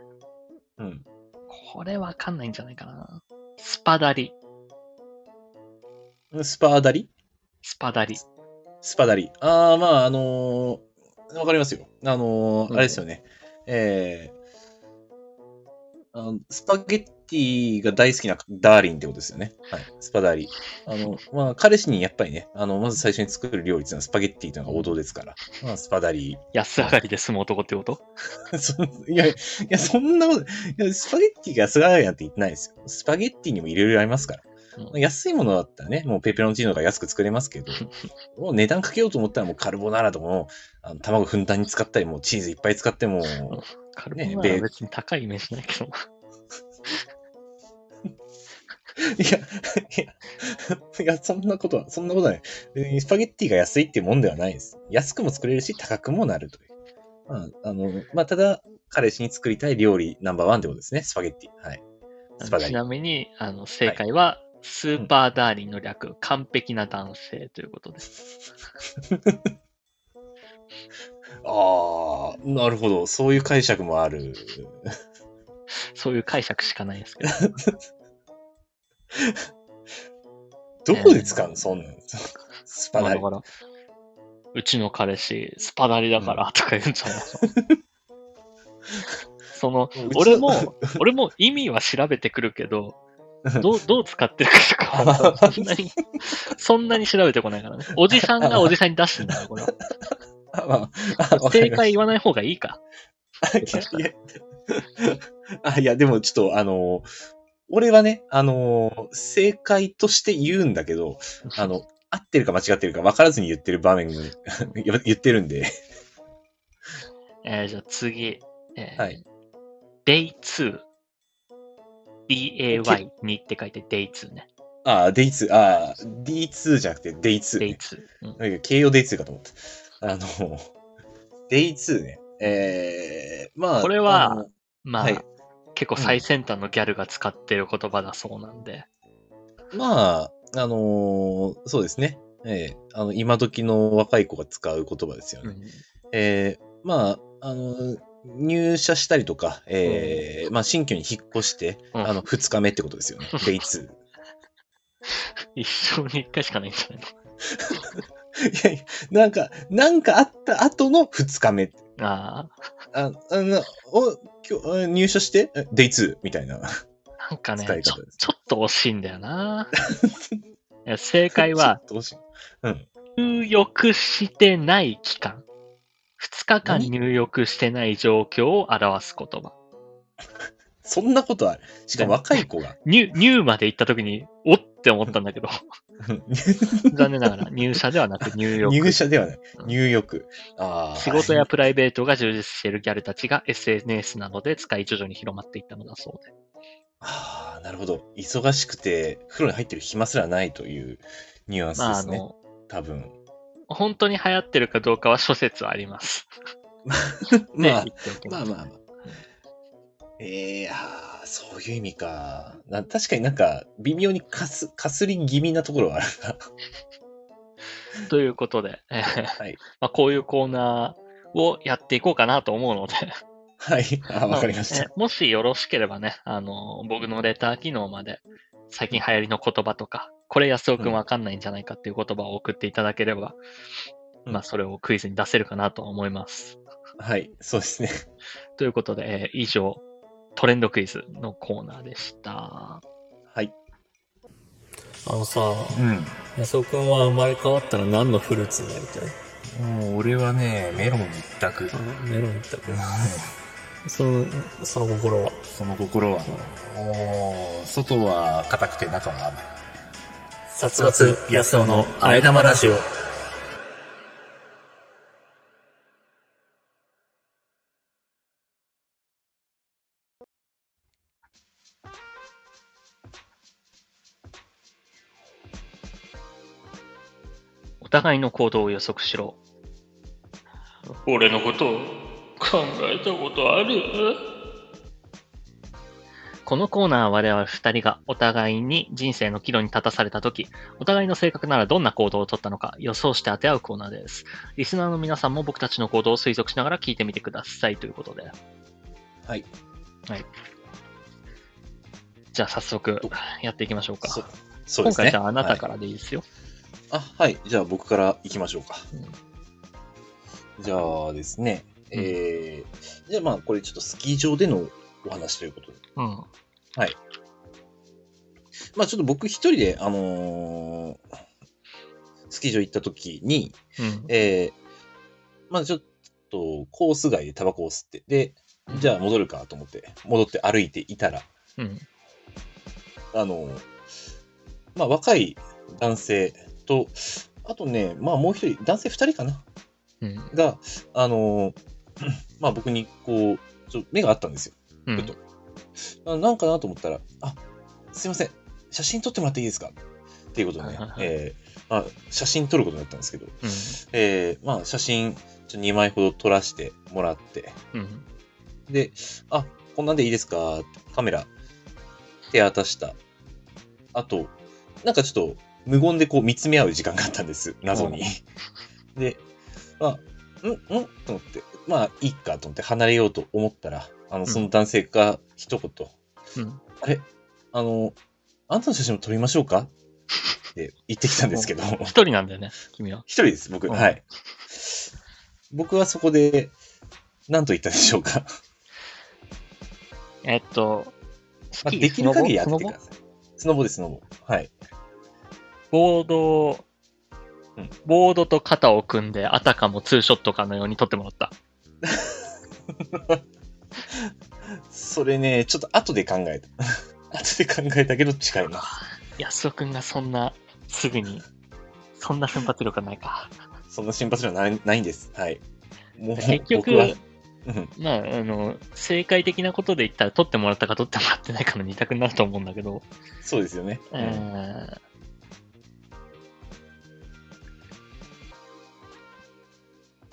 [SPEAKER 2] うん。
[SPEAKER 1] これわかんないんじゃないかな。スパダリ。
[SPEAKER 2] スパーダリ
[SPEAKER 1] スパダリ。
[SPEAKER 2] スパダリ。ああ、まあ、あのーわかりますよ。あのー
[SPEAKER 1] うん
[SPEAKER 2] あれですよね。えーあの、スパゲッティが大好きなダーリンってことですよね。はい。スパダリ。あの、まあ、彼氏にやっぱりね、あの、まず最初に作る料理っていうのはスパゲッティっていうのが王道ですから。まあ、スパダリ。
[SPEAKER 1] 安上がりで済む男ってこと
[SPEAKER 2] そいや、いや、そんなこと、いや、スパゲッティが安がるなんて言ってないですよ。スパゲッティにもいろいろありますから。
[SPEAKER 1] うん
[SPEAKER 2] 安いものだったらね、もうペペロンチーノが安く作れます けど、もう値段かけようと思ったらもうカルボナーラとかも、あの卵ふんだんに使ったり、もうチーズいっぱい使っても、
[SPEAKER 1] カルボナーラ
[SPEAKER 2] で
[SPEAKER 1] は別に高いイメージないけど。
[SPEAKER 2] いや、いや、いや、そんなことは、そんなことはない。別にスパゲッティが安いってもんではないです。安くも作れるし、高くもなるという。まあ、あの、まあ、ただ、彼氏に作りたい料理ナンバーワンってことですね、スパゲッティ。はい。スパゲッ
[SPEAKER 1] ち
[SPEAKER 2] ティ。
[SPEAKER 1] なみに、あの、正解は、スーパーダーリンの略、完璧な男性ということです。
[SPEAKER 2] ああ、なるほど。そういう解釈もある。
[SPEAKER 1] そういう解釈しかないですけど。
[SPEAKER 2] どこで使うの、そんなの。スパ
[SPEAKER 1] まあだ
[SPEAKER 2] ダリ。
[SPEAKER 1] から、うちの彼氏、スパダリだからとか言うんじゃないの、 その
[SPEAKER 2] うん、
[SPEAKER 1] 俺 も、俺も意味は調べてくるけど、 どう、どう使ってるかとかは、そんなに、そんなに調べてこないからね。おじさんがおじさんに出してんだから、これは。
[SPEAKER 2] あ、まあ、 あわか
[SPEAKER 1] 正
[SPEAKER 2] り ま
[SPEAKER 1] 解
[SPEAKER 2] し
[SPEAKER 1] 言わない方がいいか。
[SPEAKER 2] たいやいやあ、いや、でもちょっと、あの、俺はね、あの、正解として言うんだけど、あの、合ってるか間違ってるか分からずに言ってる場面 が言ってるんで。
[SPEAKER 1] えーじゃあ次。えー
[SPEAKER 2] はい。
[SPEAKER 1] Day 2。DAY2 って書いて Day 2ね。
[SPEAKER 2] ああ、デイ2、ああ、D2 じゃなくてデイ2、ね。
[SPEAKER 1] Day 2。うん
[SPEAKER 2] なんか形容デイ2かと思った。あの、デイ2ね。えー、まあ。
[SPEAKER 1] これは
[SPEAKER 2] あの、
[SPEAKER 1] まあ、
[SPEAKER 2] はい
[SPEAKER 1] 結構最先端のギャルが使ってる言葉だそうなんで。
[SPEAKER 2] まあ、あのーそうですね。ええあの、今時の若い子が使う言葉ですよね。ええまあ、あのー入社したりとか、ええまあ、新居に引っ越して、
[SPEAKER 1] うん
[SPEAKER 2] あの、二日目ってことですよね。デイ2。
[SPEAKER 1] 一生に一回しかないんじゃない
[SPEAKER 2] いやいや、なんか、なんかあった後の二日目。
[SPEAKER 1] のあ
[SPEAKER 2] あ、あの、お、今日あ、入社して、えデイ2みたいな。
[SPEAKER 1] あ、なんかね
[SPEAKER 2] 使い
[SPEAKER 1] ちょ
[SPEAKER 2] 方です、
[SPEAKER 1] ちょっと惜しいんだよ な。いや正解は、、
[SPEAKER 2] どうしよう。うん。
[SPEAKER 1] 入浴してない期間。2日間
[SPEAKER 2] 何
[SPEAKER 1] 入浴してない状況を表す言葉。
[SPEAKER 2] そんなことある。しかも若い子 が。
[SPEAKER 1] 入、入まで行った時に、おって思ったんだけど、
[SPEAKER 2] うん
[SPEAKER 1] 残念ながら入社ではなく入浴。
[SPEAKER 2] 入社ではない
[SPEAKER 1] うん。
[SPEAKER 2] 入浴。ああ。
[SPEAKER 1] 仕事やプライベートが充実しているギャルたちが SNS などで使い徐々に広まっていったのだそうで。
[SPEAKER 2] ああ、なるほど。忙しくて、風呂に入ってる暇すらないというニュアンス
[SPEAKER 1] まあ、
[SPEAKER 2] で
[SPEAKER 1] あ
[SPEAKER 2] すね。
[SPEAKER 1] の、
[SPEAKER 2] 多分。
[SPEAKER 1] 本当に流行ってるかどうかは諸説あります。
[SPEAKER 2] ま
[SPEAKER 1] ね、
[SPEAKER 2] あ、
[SPEAKER 1] 言っておき
[SPEAKER 2] ま
[SPEAKER 1] ま
[SPEAKER 2] あ
[SPEAKER 1] す。
[SPEAKER 2] まあまあ。ええあーそういう意味か。な確かになんか、微妙にかす、かすり気味なところはあるな。
[SPEAKER 1] ということで、えー
[SPEAKER 2] はい。
[SPEAKER 1] まあ、こういうコーナーをやっていこうかなと思うので、
[SPEAKER 2] はい。あ、わかりまし
[SPEAKER 1] え
[SPEAKER 2] た。
[SPEAKER 1] もしよろしければね、あの、僕のレター機能まで、最近流行りの言葉とか、これ安尾くんわかんないんじゃないかっていう言葉を送っていただければ、
[SPEAKER 2] うん
[SPEAKER 1] まあ、それをクイズに出せるかなとは思います。
[SPEAKER 2] はい。そうですね。
[SPEAKER 1] ということで、えー以上、トレンドクイズのコーナーでした。
[SPEAKER 2] はい。
[SPEAKER 3] あのさ、
[SPEAKER 2] うん。
[SPEAKER 3] 安尾くんは生まれ変わったら何のフルーツになりたい
[SPEAKER 2] もう俺はね、メロン一択。
[SPEAKER 3] あメロンだけど。その、その心は。
[SPEAKER 2] その心は、お外は硬くて中は甘い。
[SPEAKER 3] 殺伐安尾のあえ玉ラジオ。
[SPEAKER 1] お互いの行動を予測しろ。俺のことを考えたことあるこのコーナーは我々二人がお互いに人生の岐路に立たされた時、お互いの性格ならどんな行動をとったのか予想して当て合うコーナーです。リスナーの皆さんも僕たちの行動を推測しながら聞いてみてくださいということで。
[SPEAKER 2] はい。
[SPEAKER 1] じゃあ早速やっていきましょうか。
[SPEAKER 2] そそうで
[SPEAKER 1] 今
[SPEAKER 2] す
[SPEAKER 1] 回
[SPEAKER 2] ね。。
[SPEAKER 1] じゃああなたかららでいいですよ。
[SPEAKER 2] あ、はい。じゃあ僕から行きましょうか。じゃあですね。
[SPEAKER 1] うん
[SPEAKER 2] えー、じゃあまあこれちょっとスキー場でのお話ということで。
[SPEAKER 1] うん。
[SPEAKER 2] まあちょっと僕一人で、あのースキー場行った時に、
[SPEAKER 1] うん。
[SPEAKER 2] えー、まあちょっとコース外でタバコを吸って、で、じゃあ戻るかと思って、戻って歩いていたら、
[SPEAKER 1] うん。
[SPEAKER 2] あの、まあ、若い男性と、あとね、まあ、もう一人、男性二人かな
[SPEAKER 1] うん。
[SPEAKER 2] が、あの、まあ、僕に、こう、ちょ目があったんですよ。
[SPEAKER 1] う
[SPEAKER 2] ちょっとあなんかなと思ったら、あ、すいません、写真撮ってもらっていいですかっていうことでね
[SPEAKER 1] はいはい、はい
[SPEAKER 2] えーまあ、写真撮ることになったんですけど、
[SPEAKER 1] ん。
[SPEAKER 2] えーまあ、写真、ちょ2枚ほど撮らせてもらって、
[SPEAKER 1] うん。
[SPEAKER 2] で、あ、こんなんでいいですかってカメラ、手渡した。あと、なんかちょっと、無言でこう見つめ合う時間があったんです。謎に。 で、まあ、んんと思って、まあ、いいかと思って離れようと思ったら、あの、その男性が一言、
[SPEAKER 1] うん。
[SPEAKER 2] あれあの、あんたの写真も撮りましょうかって言ってきたんですけど、
[SPEAKER 1] 一人なんだよね、君は。
[SPEAKER 2] 一人です、僕。
[SPEAKER 1] うん
[SPEAKER 2] はい。僕はそこで、何と言ったでしょうか。
[SPEAKER 1] えっと、ス
[SPEAKER 2] まあ、
[SPEAKER 1] キー、
[SPEAKER 2] できる限りや
[SPEAKER 1] ス
[SPEAKER 2] って
[SPEAKER 1] ノ
[SPEAKER 2] く
[SPEAKER 1] ボ
[SPEAKER 2] ださい。スノボです、スノボ。はい。
[SPEAKER 1] ボードを
[SPEAKER 2] うん
[SPEAKER 1] ボードと肩を組んで、あたかもツーショットかのように撮ってもらった。
[SPEAKER 2] それね、ちょっと後で考えた。 後で考えたけど違います。
[SPEAKER 1] 安尾くんがそんな、すぐに、そんな瞬発力はないか。
[SPEAKER 2] そんな心配するのはないないんです。はい。もう
[SPEAKER 1] 結局
[SPEAKER 2] 僕は、うん、
[SPEAKER 1] まあ、あの、正解的なことで言ったら、撮ってもらったか撮ってもらってないかの二択になると思うんだけど、
[SPEAKER 2] そうですよね。
[SPEAKER 1] えー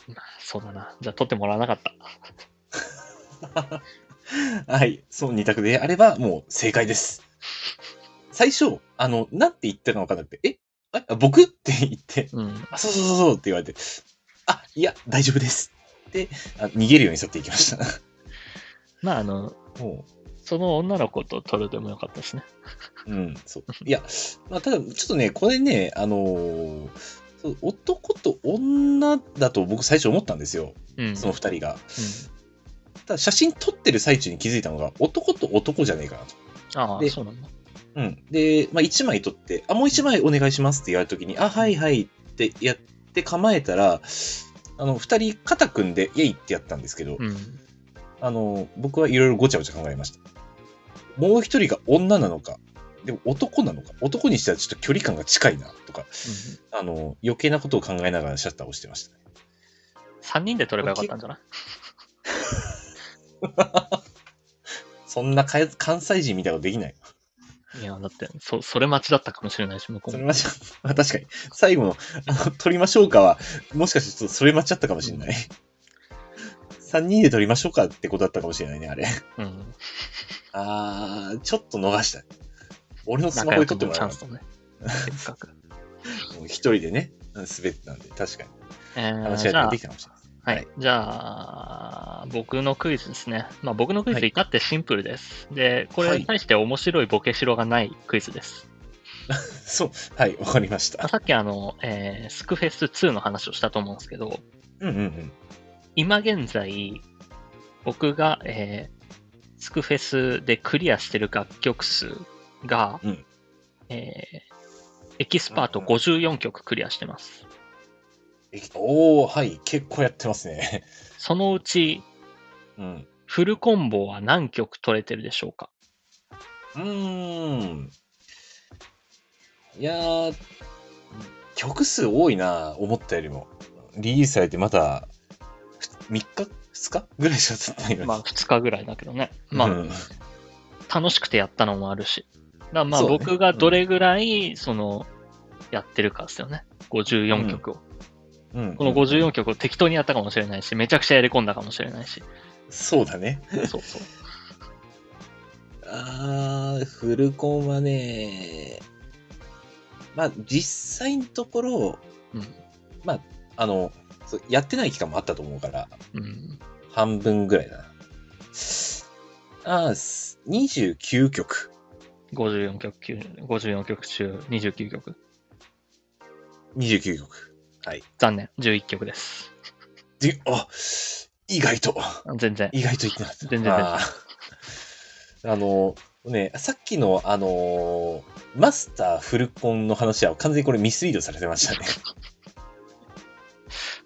[SPEAKER 1] まあそうだな。じゃあ、撮ってもらわなかった。
[SPEAKER 2] はい。そう二択であれば、もう正解です。最初、あの、なんて言ったのかなって、えああ僕って言って、
[SPEAKER 1] うん。
[SPEAKER 2] あ、そうそうそうそうって言われて、あ、いや、大丈夫です。で、あ逃げるように去っていきました。
[SPEAKER 1] まあ、あの、
[SPEAKER 2] もう
[SPEAKER 1] その女の子と撮るでもよかったですね。
[SPEAKER 2] うん、そう。いや、まあ、ただ、ちょっとね、これね、あのーそう男と女だと僕最初思ったんですよ、
[SPEAKER 1] うん。
[SPEAKER 2] その二人が。
[SPEAKER 1] う
[SPEAKER 2] ただ、写真撮ってる最中に気づいたのが、男と男じゃねえかなと。
[SPEAKER 1] ん、ああ、
[SPEAKER 2] で
[SPEAKER 1] そうなんだ。
[SPEAKER 2] うん。で、まあ、一枚撮って、あ、もう一枚お願いしますって言われた時に、あ、はいはいってやって構えたら、あの、二人肩組んで、イェイってやったんですけど、
[SPEAKER 1] うん。
[SPEAKER 2] あの、僕はいろいろごちゃごちゃ考えました。もう一人が女なのか、でも男なのか、男にしてはちょっと距離感が近いな、とか、あの、余計なことを考えながらシャッターを押してましたね。
[SPEAKER 1] 3人で撮ればよかったんじゃない
[SPEAKER 2] そんなかえ関西人みたいなことできない。
[SPEAKER 1] いや、だって、そ、それ待ちだったかもしれないし、向こ
[SPEAKER 2] そうれ
[SPEAKER 1] も。
[SPEAKER 2] 待ち、まあ 確かに、最後の、あの、撮りましょうかは、もしかしてちょっとそれ待っちゃったかもしれない。3人で撮りましょうかってことだったかもしれないね、あれ。
[SPEAKER 1] うん。
[SPEAKER 2] あー、ちょっと逃した。俺のスマ
[SPEAKER 1] 仲
[SPEAKER 2] ホで
[SPEAKER 1] 良
[SPEAKER 2] 撮
[SPEAKER 1] く
[SPEAKER 2] って
[SPEAKER 1] の
[SPEAKER 2] もら
[SPEAKER 1] チャ
[SPEAKER 2] えば
[SPEAKER 1] ンスとね。せっかく。
[SPEAKER 2] もう一人でね、うん滑ってたんで、確かに。
[SPEAKER 1] えー、
[SPEAKER 2] 話し合い
[SPEAKER 1] じ
[SPEAKER 2] が
[SPEAKER 1] ゃ
[SPEAKER 2] で
[SPEAKER 1] あ
[SPEAKER 2] でき、たかもしれない。
[SPEAKER 1] は
[SPEAKER 2] はい
[SPEAKER 1] い。じゃあ、あー僕のクイズですね。まあ、僕のクイ
[SPEAKER 4] は
[SPEAKER 1] ズ
[SPEAKER 4] い
[SPEAKER 1] 至ってシンプルです。で、こ
[SPEAKER 4] は
[SPEAKER 1] れ
[SPEAKER 4] い
[SPEAKER 1] に対して面白いボケしろがないクイズです。
[SPEAKER 4] そう、はい、わかりまし
[SPEAKER 1] まあ
[SPEAKER 4] た。
[SPEAKER 1] さっきあの、えースクフェス2の話をしたと思うんですけど、
[SPEAKER 4] うんうんうん。
[SPEAKER 1] 今現在、僕が、えースクフェスでクリアしてる楽曲数が、
[SPEAKER 4] うん
[SPEAKER 1] えーエキスパート
[SPEAKER 4] うん
[SPEAKER 1] 54曲クリアしてます。
[SPEAKER 4] えおー、はい、結構やってますね。
[SPEAKER 1] そのうち、
[SPEAKER 4] うん。
[SPEAKER 1] フルコンボは何曲取れてるでしょうか
[SPEAKER 4] うーん。いやー、曲数多いな、思ったよりも。リリースされてまた、ふ3日 ?2 日ぐらいしか経ってないのに。
[SPEAKER 1] まあ2日ぐらいだけどね。まあ
[SPEAKER 4] うん
[SPEAKER 1] 楽しくてやったのもあるし。だからまあ
[SPEAKER 4] そうね
[SPEAKER 1] 僕がどれぐらい、その、やってるかですよね。54曲を。
[SPEAKER 4] うん
[SPEAKER 1] この54曲を適当にやったかもしれないし、めちゃくちゃやり込んだかもしれない し。
[SPEAKER 4] そうだね。
[SPEAKER 1] そうそう。
[SPEAKER 4] あー、フルコンはね、まあ実際のところ、
[SPEAKER 1] うん
[SPEAKER 4] まあ、あの、そうやってない期間もあったと思うから、
[SPEAKER 1] うん。
[SPEAKER 4] 半分ぐらいだな。あー、す29曲。
[SPEAKER 1] 54曲中、54曲中29曲。
[SPEAKER 4] 29曲。はい。
[SPEAKER 1] 残念。11曲です。
[SPEAKER 4] で、あ、意外と、
[SPEAKER 1] 全然。
[SPEAKER 4] 意外と言ってなかった。
[SPEAKER 1] 全然大丈夫
[SPEAKER 4] あーあの、ね、さっきの、あのーマスターフルコンの話は完全にこれミスリードされてましたね。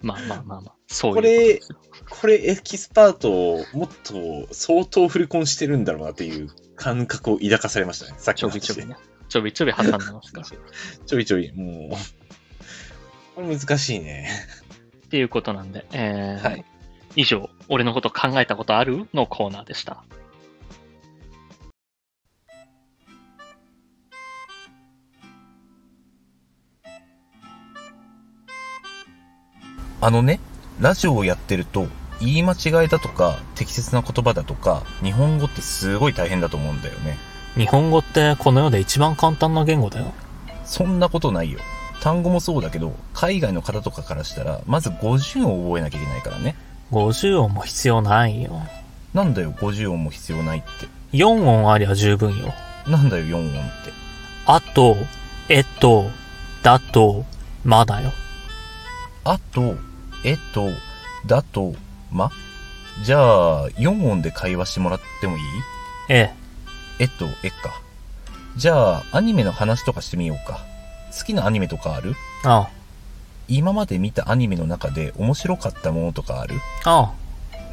[SPEAKER 1] まあまあまあまあ。そういう
[SPEAKER 4] こ
[SPEAKER 1] こと
[SPEAKER 4] れ
[SPEAKER 1] ですよ。
[SPEAKER 4] これエキスパートをもっと相当フルコンしてるんだろうなっていう感覚を抱かされましたね。さっき
[SPEAKER 1] ちょ
[SPEAKER 4] の
[SPEAKER 1] びち
[SPEAKER 4] 話
[SPEAKER 1] ょび
[SPEAKER 4] で。
[SPEAKER 1] ね。ちょびちょび挟んでますから。
[SPEAKER 4] ちょびちょび、もう。これ難しいね。
[SPEAKER 1] っていうことなんで、えー
[SPEAKER 4] はい
[SPEAKER 1] 以上、俺のこと考えたことあるのコーナーでした。
[SPEAKER 2] あのね、ラジオをやってると、言い間違いだとか、適切な言葉だとか、日本語ってすごい大変だと思うんだよね。
[SPEAKER 5] 日本語ってこの世で一番簡単な言語だよ。
[SPEAKER 2] そんなことないよ。単語もそうだけど、海外の方とかからしたら、まず50音を覚えなきゃいけないからね。
[SPEAKER 5] 50音も必要ないよ。
[SPEAKER 2] なんだよ、50音も必要ないっ
[SPEAKER 5] 4音ありゃ十分よ。
[SPEAKER 2] て。なんだよ、4音って。
[SPEAKER 5] あと、えっと、だと、まだよ。
[SPEAKER 2] あと、えっと、だと、まじゃあ、4音で会話してもらってもいい
[SPEAKER 5] え
[SPEAKER 2] えっと、えっか。じゃあ、アニメの話とかしてみようか。好きなアニメとかある
[SPEAKER 5] え、あ
[SPEAKER 2] 今まで見たアニメの中で面白かったものとかある
[SPEAKER 5] あ、あ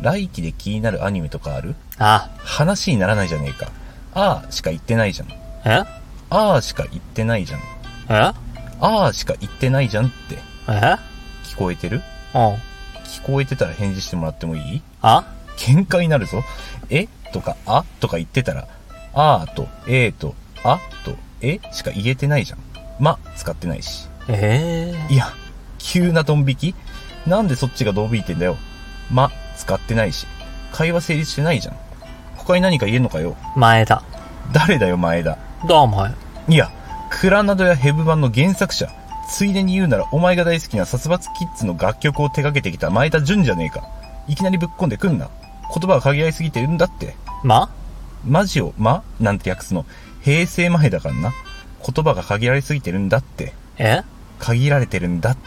[SPEAKER 2] 来期で気になるアニメとかある
[SPEAKER 5] あ、
[SPEAKER 2] 話にならないじゃねえか。ああしか言ってないじゃん。
[SPEAKER 5] あ、
[SPEAKER 2] ああしか言ってないじゃん。
[SPEAKER 5] ええ
[SPEAKER 2] ああしか言ってないじゃんって。
[SPEAKER 5] え
[SPEAKER 2] 聞こえてる
[SPEAKER 5] うん。
[SPEAKER 2] 聞こえてたら返事してもらってもいい
[SPEAKER 5] あ
[SPEAKER 2] 喧嘩になるぞ。えとか、あとか言ってたら、あーと、えーと、あと、えしか言えてないじゃん。ま、使ってないし。
[SPEAKER 5] ええ
[SPEAKER 2] いや、急なドン引きなんでそっちがドン引いてんだよ。ま、使ってないし。会話成立してないじゃん。他に何か言えんのかよ。
[SPEAKER 5] 前田。
[SPEAKER 2] 誰だよ、前田。
[SPEAKER 5] どうもよ。
[SPEAKER 2] いや、クラナドやヘブ版の原作者。ついでに言うなら、お前が大好きな殺伐キッズの楽曲を手掛けてきた前田純じゃねえか。いきなりぶっこんでくんな。言葉が限られすぎてるんだって。
[SPEAKER 5] ま
[SPEAKER 2] マジを、ま、なんて訳すの。平成前だからな。言葉が限られすぎてるんだって。
[SPEAKER 5] え
[SPEAKER 2] 限られてるんだって。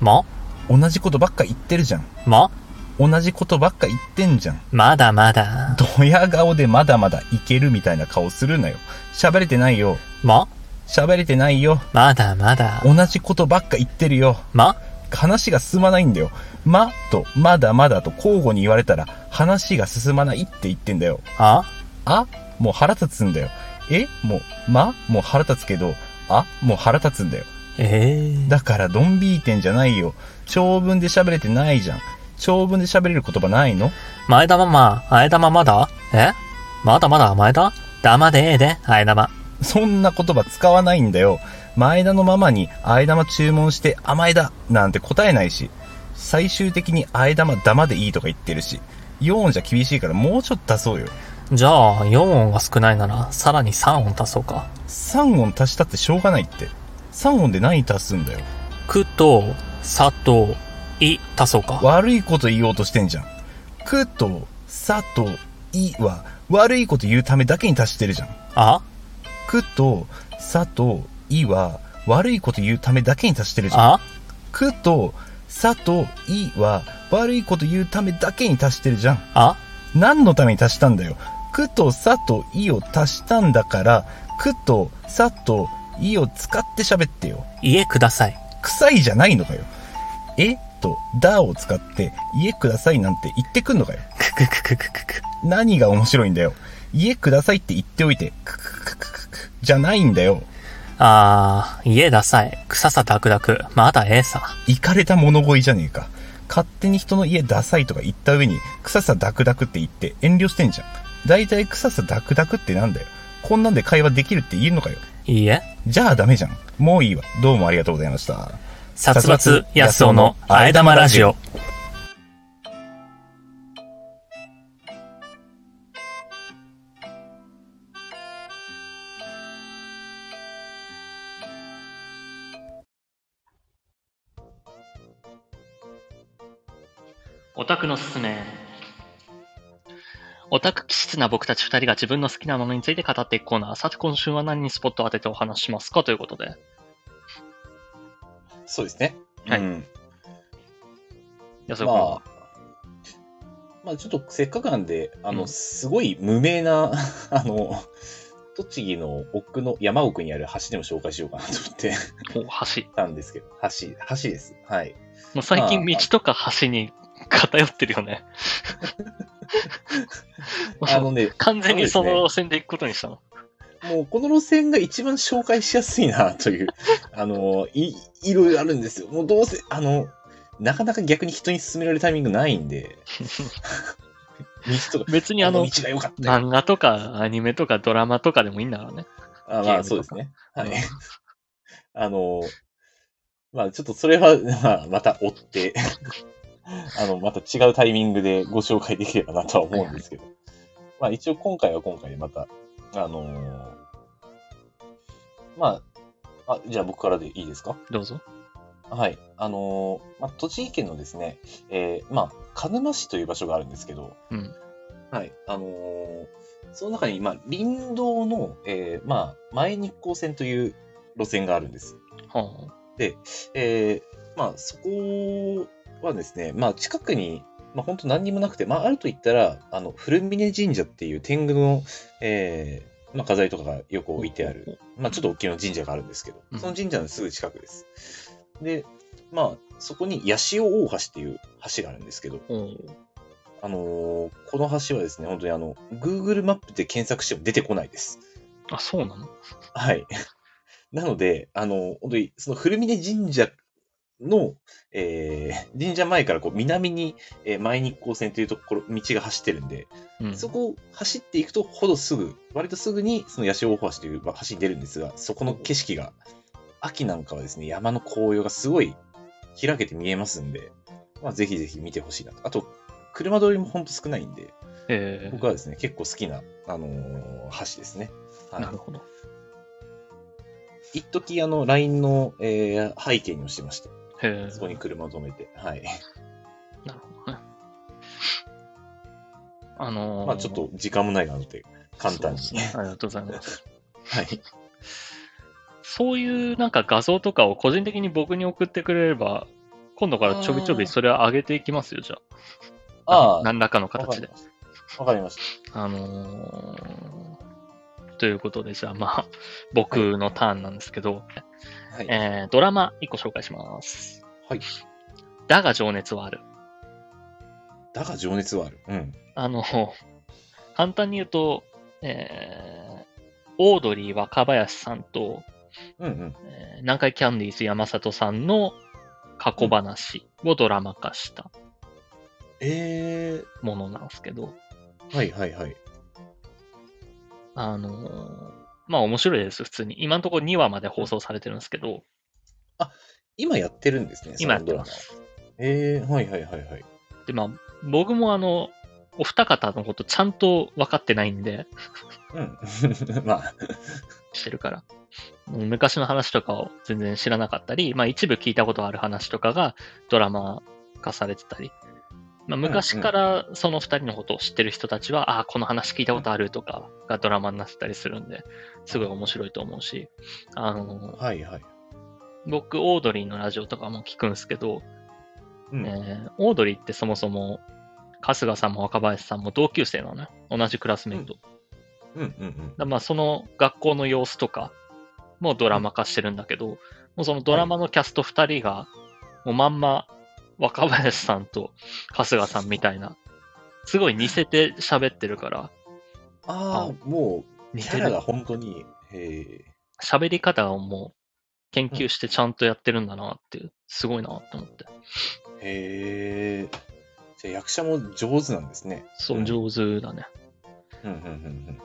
[SPEAKER 5] ま
[SPEAKER 2] 同じことばっか言ってるじゃん。
[SPEAKER 5] ま
[SPEAKER 2] 同じことばっか言ってんじゃん。
[SPEAKER 5] まだまだ。
[SPEAKER 2] ドヤ顔でまだまだいけるみたいな顔するなよ。喋れてないよ。
[SPEAKER 5] ま
[SPEAKER 2] 喋れてないよ。
[SPEAKER 5] まだまだ。
[SPEAKER 2] 同じことばっか言ってるよ。
[SPEAKER 5] ま
[SPEAKER 2] 話が進まないんだよ。まとまだまだと交互に言われたら話が進まないって言ってんだよ。
[SPEAKER 5] あ
[SPEAKER 2] あ、もう腹立つんだよ。え、もう、ま、もう腹立つけど、あ、もう腹立つんだよ。
[SPEAKER 5] ええ
[SPEAKER 2] だからドンビーてんじゃないよ。長文で喋れてないじゃん。長文で喋れる言葉ないの
[SPEAKER 5] 前田ママ、前田ママだえまだまだ前田黙でええで、前玉。
[SPEAKER 2] そんな言葉使わないんだよ。前田のママに、あえ玉注文して、甘えだなんて答えないし、最終的に、あえ玉ダマでいいとか言ってるし、4音じゃ厳しいからもうちょっと足そうよ。
[SPEAKER 5] じゃあ、4音が少ないなら、さらに3音足そうか。
[SPEAKER 2] 3音足したってしょうがないって。3音で何足すんだよ。
[SPEAKER 5] くと、さと、い、足そうか。
[SPEAKER 2] 悪いこと言おうとしてんじゃん。
[SPEAKER 6] くと、さと、いは、悪いこと言うためだけに足してるじゃん。
[SPEAKER 3] あ
[SPEAKER 6] くと、さと、いは、悪いこと言うためだけに足してるじゃん。
[SPEAKER 3] あ
[SPEAKER 6] くと、さと、いは、悪いこと言うためだけに足してるじゃん。
[SPEAKER 3] あ
[SPEAKER 6] 何のために足したんだよ。くと、さと、いを足したんだから、くと、さと、いを使って喋ってよ。
[SPEAKER 3] 家ください。
[SPEAKER 6] 臭いじゃないのかよ。えと、だを使って、家くださいなんて言ってくんのかよ。
[SPEAKER 3] くくくくくくく。
[SPEAKER 6] 何が面白いんだよ。家くださいって言っておいて、くくくくくく、じゃないんだよ。
[SPEAKER 3] あー、家ださい。臭さダクダク。まだええさ。
[SPEAKER 6] 行かれた物乞いじゃねえか。勝手に人の家ダサいとか言った上に、臭さダクダクって言って遠慮してんじゃん。だいたい臭さダクダクってなんだよ。こんなんで会話できるって言えんのかよ。
[SPEAKER 3] いいえ。
[SPEAKER 6] じゃあダメじゃん。もういいわ。どうもありがとうございました。
[SPEAKER 3] 殺伐安男のあえ玉ラジオ。
[SPEAKER 1] オタクのすすめ。オタク気質な僕たち2人が自分の好きなものについて語っていくコーナー。さて、今週は何にスポットを当ててお話ししますかということで。
[SPEAKER 2] そうですね。
[SPEAKER 1] はい
[SPEAKER 2] うん
[SPEAKER 1] 安岡
[SPEAKER 2] ま
[SPEAKER 1] は
[SPEAKER 2] あ、まあちょっとせっかくなんで、あの、
[SPEAKER 1] うん
[SPEAKER 2] すごい無名な、 あの、栃木の奥の山奥にある橋でも紹介しようかなと思って
[SPEAKER 1] お橋。
[SPEAKER 2] たんですけど、橋、橋です。はい。
[SPEAKER 1] もう最近
[SPEAKER 2] ま
[SPEAKER 1] 道
[SPEAKER 2] あ
[SPEAKER 1] とか橋に偏ってるよね。もう
[SPEAKER 2] あのね、
[SPEAKER 1] 完全にその
[SPEAKER 2] そう
[SPEAKER 1] 路線で行くことにしたの。
[SPEAKER 2] もうこの路線が一番紹介しやすいな という、あの、い、いろいろあるんですよ。もうどうせ、あの、なかなか逆に人に勧められるタイミングない んで、道とか、
[SPEAKER 1] 別にあ
[SPEAKER 2] あ
[SPEAKER 1] の
[SPEAKER 2] の、道が良かったよ。
[SPEAKER 1] 漫画とかアニメとかドラマとかでもいいんだろうね。
[SPEAKER 2] あ
[SPEAKER 1] ゲー
[SPEAKER 2] ま
[SPEAKER 1] ム
[SPEAKER 2] あ、
[SPEAKER 1] と
[SPEAKER 2] そうですね。は
[SPEAKER 1] う
[SPEAKER 2] い
[SPEAKER 1] ん。
[SPEAKER 2] あの、まあ、ちょっとそれは、 まあ、また追って、 あの、また違うタイミングでご紹介できればなとは思うんですけど。まあ、一応今回は今回でまた、あのーまあ、あ、じゃあ僕からでいいですか
[SPEAKER 1] どうぞ。
[SPEAKER 2] はい。あのーまあ、栃木県のですね、えーまあ、鹿沼市という場所があるんですけど、
[SPEAKER 1] うん。
[SPEAKER 2] はい。あのーその中に、まあ、林道の、えーまあ、前日光線という路線があるんです。
[SPEAKER 1] は
[SPEAKER 2] えーまあ、そこはですね、まあ、近くに、まあ、本当何にもなくて、まあ、あると言ったら、あの、古峰神社っていう天狗の、えーまあ、飾りとかがよく
[SPEAKER 1] あ
[SPEAKER 2] 置いてある。。まあ、ちょっと大きな神社があるんですけど、
[SPEAKER 1] うん
[SPEAKER 2] その神社のすぐ近くです。で、まあ、そこに八潮大橋っていう橋があるんですけど、
[SPEAKER 1] おう
[SPEAKER 2] あのーこの橋はですね、本当にあの、Google マップで検索しても出てこないです。
[SPEAKER 1] あ、そうなの
[SPEAKER 2] はい。 なので、あの、本当に、その古峰神社の、えー神社前からこう南に、えー前日光線というところ、道が走ってるんで、
[SPEAKER 1] うん。
[SPEAKER 2] そこを走っていくと、ほどすぐ、割とすぐに、その八潮大橋というまあ橋に出るんですが、そこの景色が、秋なんかはですね、山の紅葉がすごい開けて見えますんで、まあ、ぜひぜひ見てほしいなと。あと、車通りもほんと少ないんで、
[SPEAKER 1] えー
[SPEAKER 2] 僕はですね、結構好きな、あのー橋ですね。はい
[SPEAKER 1] なるほど。
[SPEAKER 2] 一時あの、LINE の、えー背景にもしてました。
[SPEAKER 1] へえ
[SPEAKER 2] そこに車を止めて。はい。
[SPEAKER 1] なるほどね。あのー
[SPEAKER 2] まあ、ちょっと時間もないなので、簡単に
[SPEAKER 1] そう。ですねありがとうございます。
[SPEAKER 2] はい。
[SPEAKER 1] そういうなんか画像とかを個人的に僕に送ってくれれば、今度からちょびちょびそれは上げていきますよ、じゃ あ。
[SPEAKER 2] ああ、
[SPEAKER 1] 何らかの
[SPEAKER 2] わか
[SPEAKER 1] 形
[SPEAKER 2] り
[SPEAKER 1] で
[SPEAKER 2] ま。した。わかりまし
[SPEAKER 1] あのーということで、じゃあまあ、僕のターンなんですけど、
[SPEAKER 2] た。はい。
[SPEAKER 1] えードラマ1個紹介します。
[SPEAKER 2] はい。
[SPEAKER 1] だが情熱はある。
[SPEAKER 2] だが情熱はある。うん。
[SPEAKER 1] あの、簡単に言うと、えーオードリー若林さんと、
[SPEAKER 2] うんうん。
[SPEAKER 1] えー南海キャンディーズ山里さんの過去話をドラマ化した
[SPEAKER 2] え
[SPEAKER 1] ものなんですけど、
[SPEAKER 2] ー、はいはいはい。
[SPEAKER 1] あのーまあ面白いです、普通に。今のところ2話まで放送されてるんですけど、
[SPEAKER 2] 今やってるんですね、
[SPEAKER 1] 今や
[SPEAKER 2] そ
[SPEAKER 1] ってま
[SPEAKER 2] のドラマ
[SPEAKER 1] す。
[SPEAKER 2] えー、はいはいはいはい。
[SPEAKER 1] で、まあ、僕もあの、お二方のことちゃんと分かってないんで、
[SPEAKER 2] うん。 まあ、
[SPEAKER 1] してるから。うん昔の話とかを全然知らなかったり、まあ一部聞いたことある話とかがドラマ化されてたりまあ、昔からその2人のことを知ってる人たちは、ああ、この話聞いたことあるとかがドラマになってたりするんで、すごい面白いと思うし、あの、
[SPEAKER 2] はいはい。
[SPEAKER 1] 僕、オードリーのラジオとかも聞くんですけど、
[SPEAKER 2] うん
[SPEAKER 1] えーオードリーってそもそも、春日さんも若林さんも同級生なのね。同じクラスメイト。
[SPEAKER 2] うんうんうん。
[SPEAKER 1] だまあその学校の様子とかもドラマ化してるんだけど、もうそのドラマのキャスト2人が、もうまんま若林さんと春日さんみたいな、すごい似せて喋ってるから、
[SPEAKER 2] ああ、もう、
[SPEAKER 1] 似
[SPEAKER 2] キ
[SPEAKER 1] て
[SPEAKER 2] ャラ
[SPEAKER 1] る
[SPEAKER 2] が。本当に、ええ
[SPEAKER 1] 喋り方をもう研究してちゃんとやってるんだなっていう、すごいなと思って。
[SPEAKER 2] へえ。じゃあ役者も上手なんですね。
[SPEAKER 1] そうう、
[SPEAKER 2] ん
[SPEAKER 1] 上手だね。
[SPEAKER 2] うんうん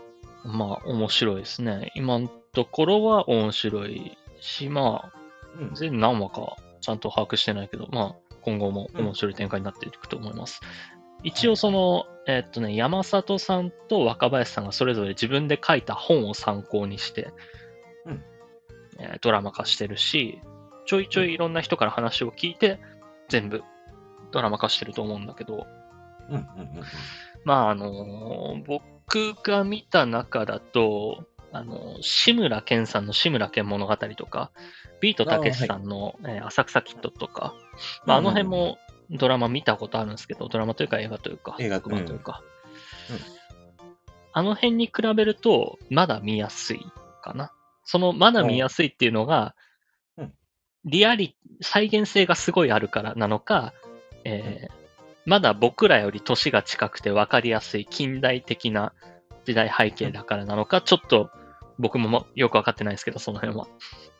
[SPEAKER 2] うん
[SPEAKER 1] まあ面白いですね。今のところは面白いし、まあ
[SPEAKER 2] うん。うん、
[SPEAKER 1] 全何話かちゃんと把握してないけど、まあ、今後も面白い展開になっていくと思います。一応その、えっとね、山里さんと若林さんがそれぞれ自分で書いた本を参考にして、
[SPEAKER 2] うん
[SPEAKER 1] えードラマ化してるし、ちょいちょいいろんな人から話を聞いて、全部ドラマ化してると思うんだけど、
[SPEAKER 2] うんうんうんうん。
[SPEAKER 1] まあ、あのー僕が見た中だと、あのー志村けんさんの志村けん物語とか、ビートたけしさんの、えー浅草キッドとか、まあ、あの辺もドラマ見たことあるんですけど、ドラマというか映画というか、
[SPEAKER 2] 映画
[SPEAKER 1] 特番というか、
[SPEAKER 2] うんうん
[SPEAKER 1] あの辺に比べると、まだ見やすいかな。その、まだ見やすいっていうのが、
[SPEAKER 2] うん
[SPEAKER 1] リアリ、再現性がすごいあるからなのか、えーまだ僕らより年が近くて分かりやすい近代的な時代背景だからなのか、ちょっと僕ももよく分かってないですけど、その辺は。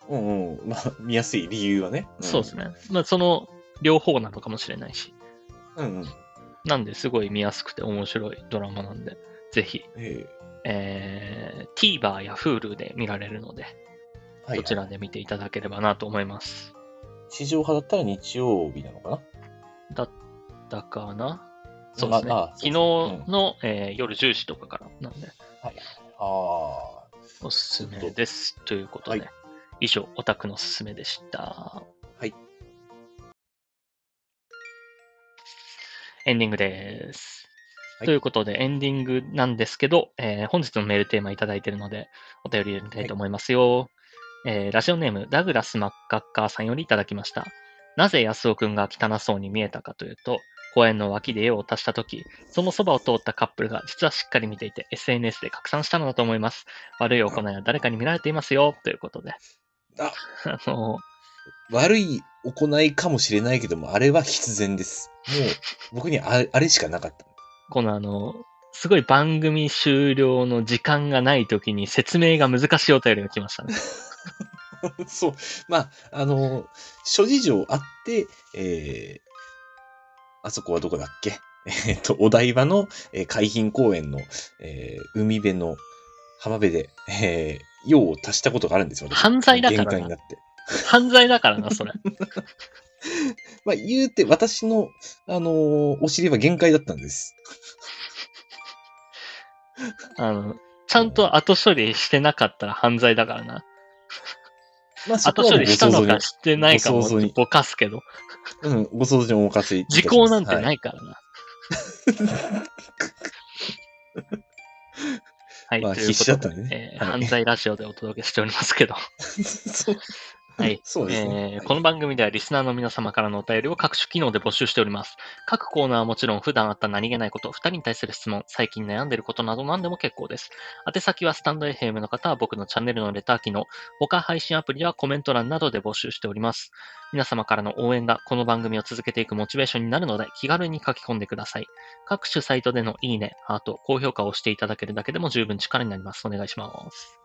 [SPEAKER 2] うんうん。まあ、見やすい理由はね。ん
[SPEAKER 1] そうです。ね。まあ、その両方なのかもしれないし。
[SPEAKER 2] うんうん。
[SPEAKER 1] なんで、すごい見やすくて面白いドラマなんで、ぜひ、
[SPEAKER 2] え
[SPEAKER 1] えー、TVer や Hulu で見られるので、
[SPEAKER 2] えはい。
[SPEAKER 1] そちらで見ていただければなと思います。
[SPEAKER 2] 地上派だったら日曜日なのかな
[SPEAKER 1] だったかなそうですね。
[SPEAKER 2] まあまあ
[SPEAKER 1] 昨日の、えー夜10時とかからなんで、
[SPEAKER 2] あ
[SPEAKER 1] おすすめです。ということで、
[SPEAKER 2] はい
[SPEAKER 1] 以上、オタクのすすめでした。
[SPEAKER 2] はい。
[SPEAKER 1] エンディングです。
[SPEAKER 2] はい
[SPEAKER 1] ということで、エンディングなんですけど、えー本日のメールテーマいただいているので、お便り入れたいと思いますよ。えーラジオネーム、ダグラス・マッカッカーさんよりいただきました。なぜ安尾くんが汚そうに見えたかというと、公園の脇で絵を足したとき、そのそばを通ったカップルが実はしっかり見ていて SNS で拡散したのだと思います。悪い行いは誰かに見られていますよ、ということで。
[SPEAKER 2] あ
[SPEAKER 1] あの、
[SPEAKER 2] あ。悪い行いかもしれないけども、あれは必然です。もう、僕にああれしかなかった。
[SPEAKER 1] このあの、すごい番組終了の時間がないときに説明が難しいお便りが来ま したね。
[SPEAKER 2] そう。まあ、あの、諸事情あって、えー、あそこはどこだっけ えーっと、お台場の、えー海浜公園の、えー海辺の浜辺で、えー、用を足したことがあるんですよ。私
[SPEAKER 1] 犯罪だからな
[SPEAKER 2] 限界になって。
[SPEAKER 1] 犯罪だからな、それ。
[SPEAKER 2] まあ、言うて、私の、あのーお尻は限界だったんです。
[SPEAKER 1] あの、ちゃんと後処理してなかったら犯罪だからな。
[SPEAKER 2] まあ、そこ
[SPEAKER 1] 後
[SPEAKER 2] は
[SPEAKER 1] 処
[SPEAKER 2] も
[SPEAKER 1] 理
[SPEAKER 2] うご
[SPEAKER 1] した
[SPEAKER 2] 想
[SPEAKER 1] の
[SPEAKER 2] 像
[SPEAKER 1] か
[SPEAKER 2] に、
[SPEAKER 1] してないかも
[SPEAKER 2] ご想像に
[SPEAKER 1] ぼかすけど、
[SPEAKER 2] うん、ご想像にお任せいたし
[SPEAKER 1] 時
[SPEAKER 2] ます。
[SPEAKER 1] 効なんて
[SPEAKER 2] は
[SPEAKER 1] ないから な。はい、
[SPEAKER 2] まあ、
[SPEAKER 1] という
[SPEAKER 2] 必
[SPEAKER 1] こ
[SPEAKER 2] 死だ
[SPEAKER 1] と
[SPEAKER 2] っ
[SPEAKER 1] で、
[SPEAKER 2] たんでね。
[SPEAKER 1] えー
[SPEAKER 2] はい
[SPEAKER 1] 犯罪ラジオでお届けしております けど、
[SPEAKER 2] そう。
[SPEAKER 1] はい
[SPEAKER 2] そうですね。
[SPEAKER 1] えー
[SPEAKER 2] はい
[SPEAKER 1] この番組ではリスナーの皆様からのお便りを各種機能で募集しております。各コーナーはもちろん普段あった何気ないこと、2人に対する質問、最近悩んでることなど何でも結構です。宛先はスタンド FM の方は僕のチャンネルのレター機能、他配信アプリではコメント欄などで募集しております。皆様からの応援がこの番組を続けていくモチベーションになるので気軽に書き込んでください。各種サイトでのいいね、ハート、高評価を押していただけるだけでも十分力になります。お願いします。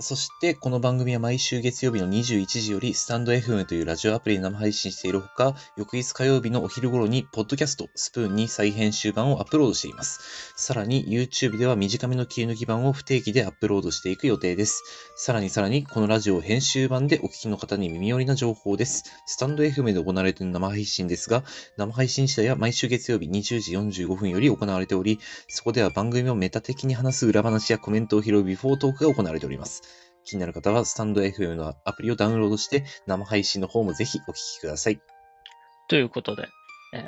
[SPEAKER 2] そして、この番組は毎週月曜日の21時より、スタンド FM というラジオアプリで生配信しているほか、翌日火曜日のお昼頃に、ポッドキャスト、スプーンに再編集版をアップロードしています。さらに、YouTube では短めの切り抜き版を不定期でアップロードしていく予定です。さらにさらに、このラジオ編集版でお聞きの方に耳寄りな情報です。スタンド FM で行われている生配信ですが、生配信次第は毎週月曜日20時45分より行われており、そこでは番組をメタ的に話す裏話やコメントを拾うビフォートークが行われております。気になる方は、スタンド FM のアプリをダウンロードして、生配信の方もぜひお聞きください。
[SPEAKER 1] ということで、え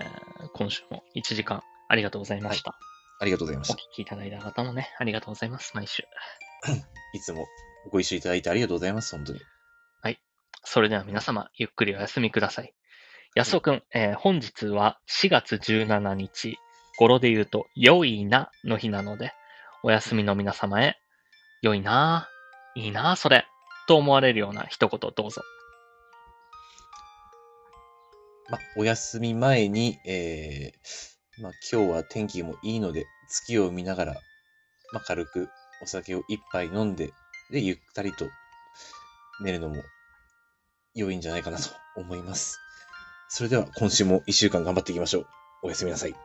[SPEAKER 1] ー今週も1時間ありがとうございました。
[SPEAKER 2] ありがとうございまし
[SPEAKER 1] お
[SPEAKER 2] た
[SPEAKER 1] 聞。きいただいた方もね、ありがとうございます、毎週。
[SPEAKER 2] いつもご一緒いただいてありがとうございます、本当に。
[SPEAKER 1] それでは皆様、ゆっくりお休みください。安尾くん、えー本日は4月17日、語呂で言うと、良いなの日なので、お休みの皆様へ、良いなぁ、いいなぁ、それ、と思われるような一言どうぞ。
[SPEAKER 2] まあ、お休み前に、えーまあ、今日は天気もいいので、月を見ながら、まあ、軽くお酒を一杯飲んで、で、ゆったりと寝るのも良いんじゃないかなと思います。それでは今週も一週間頑張っていきましょう。おやすみなさい。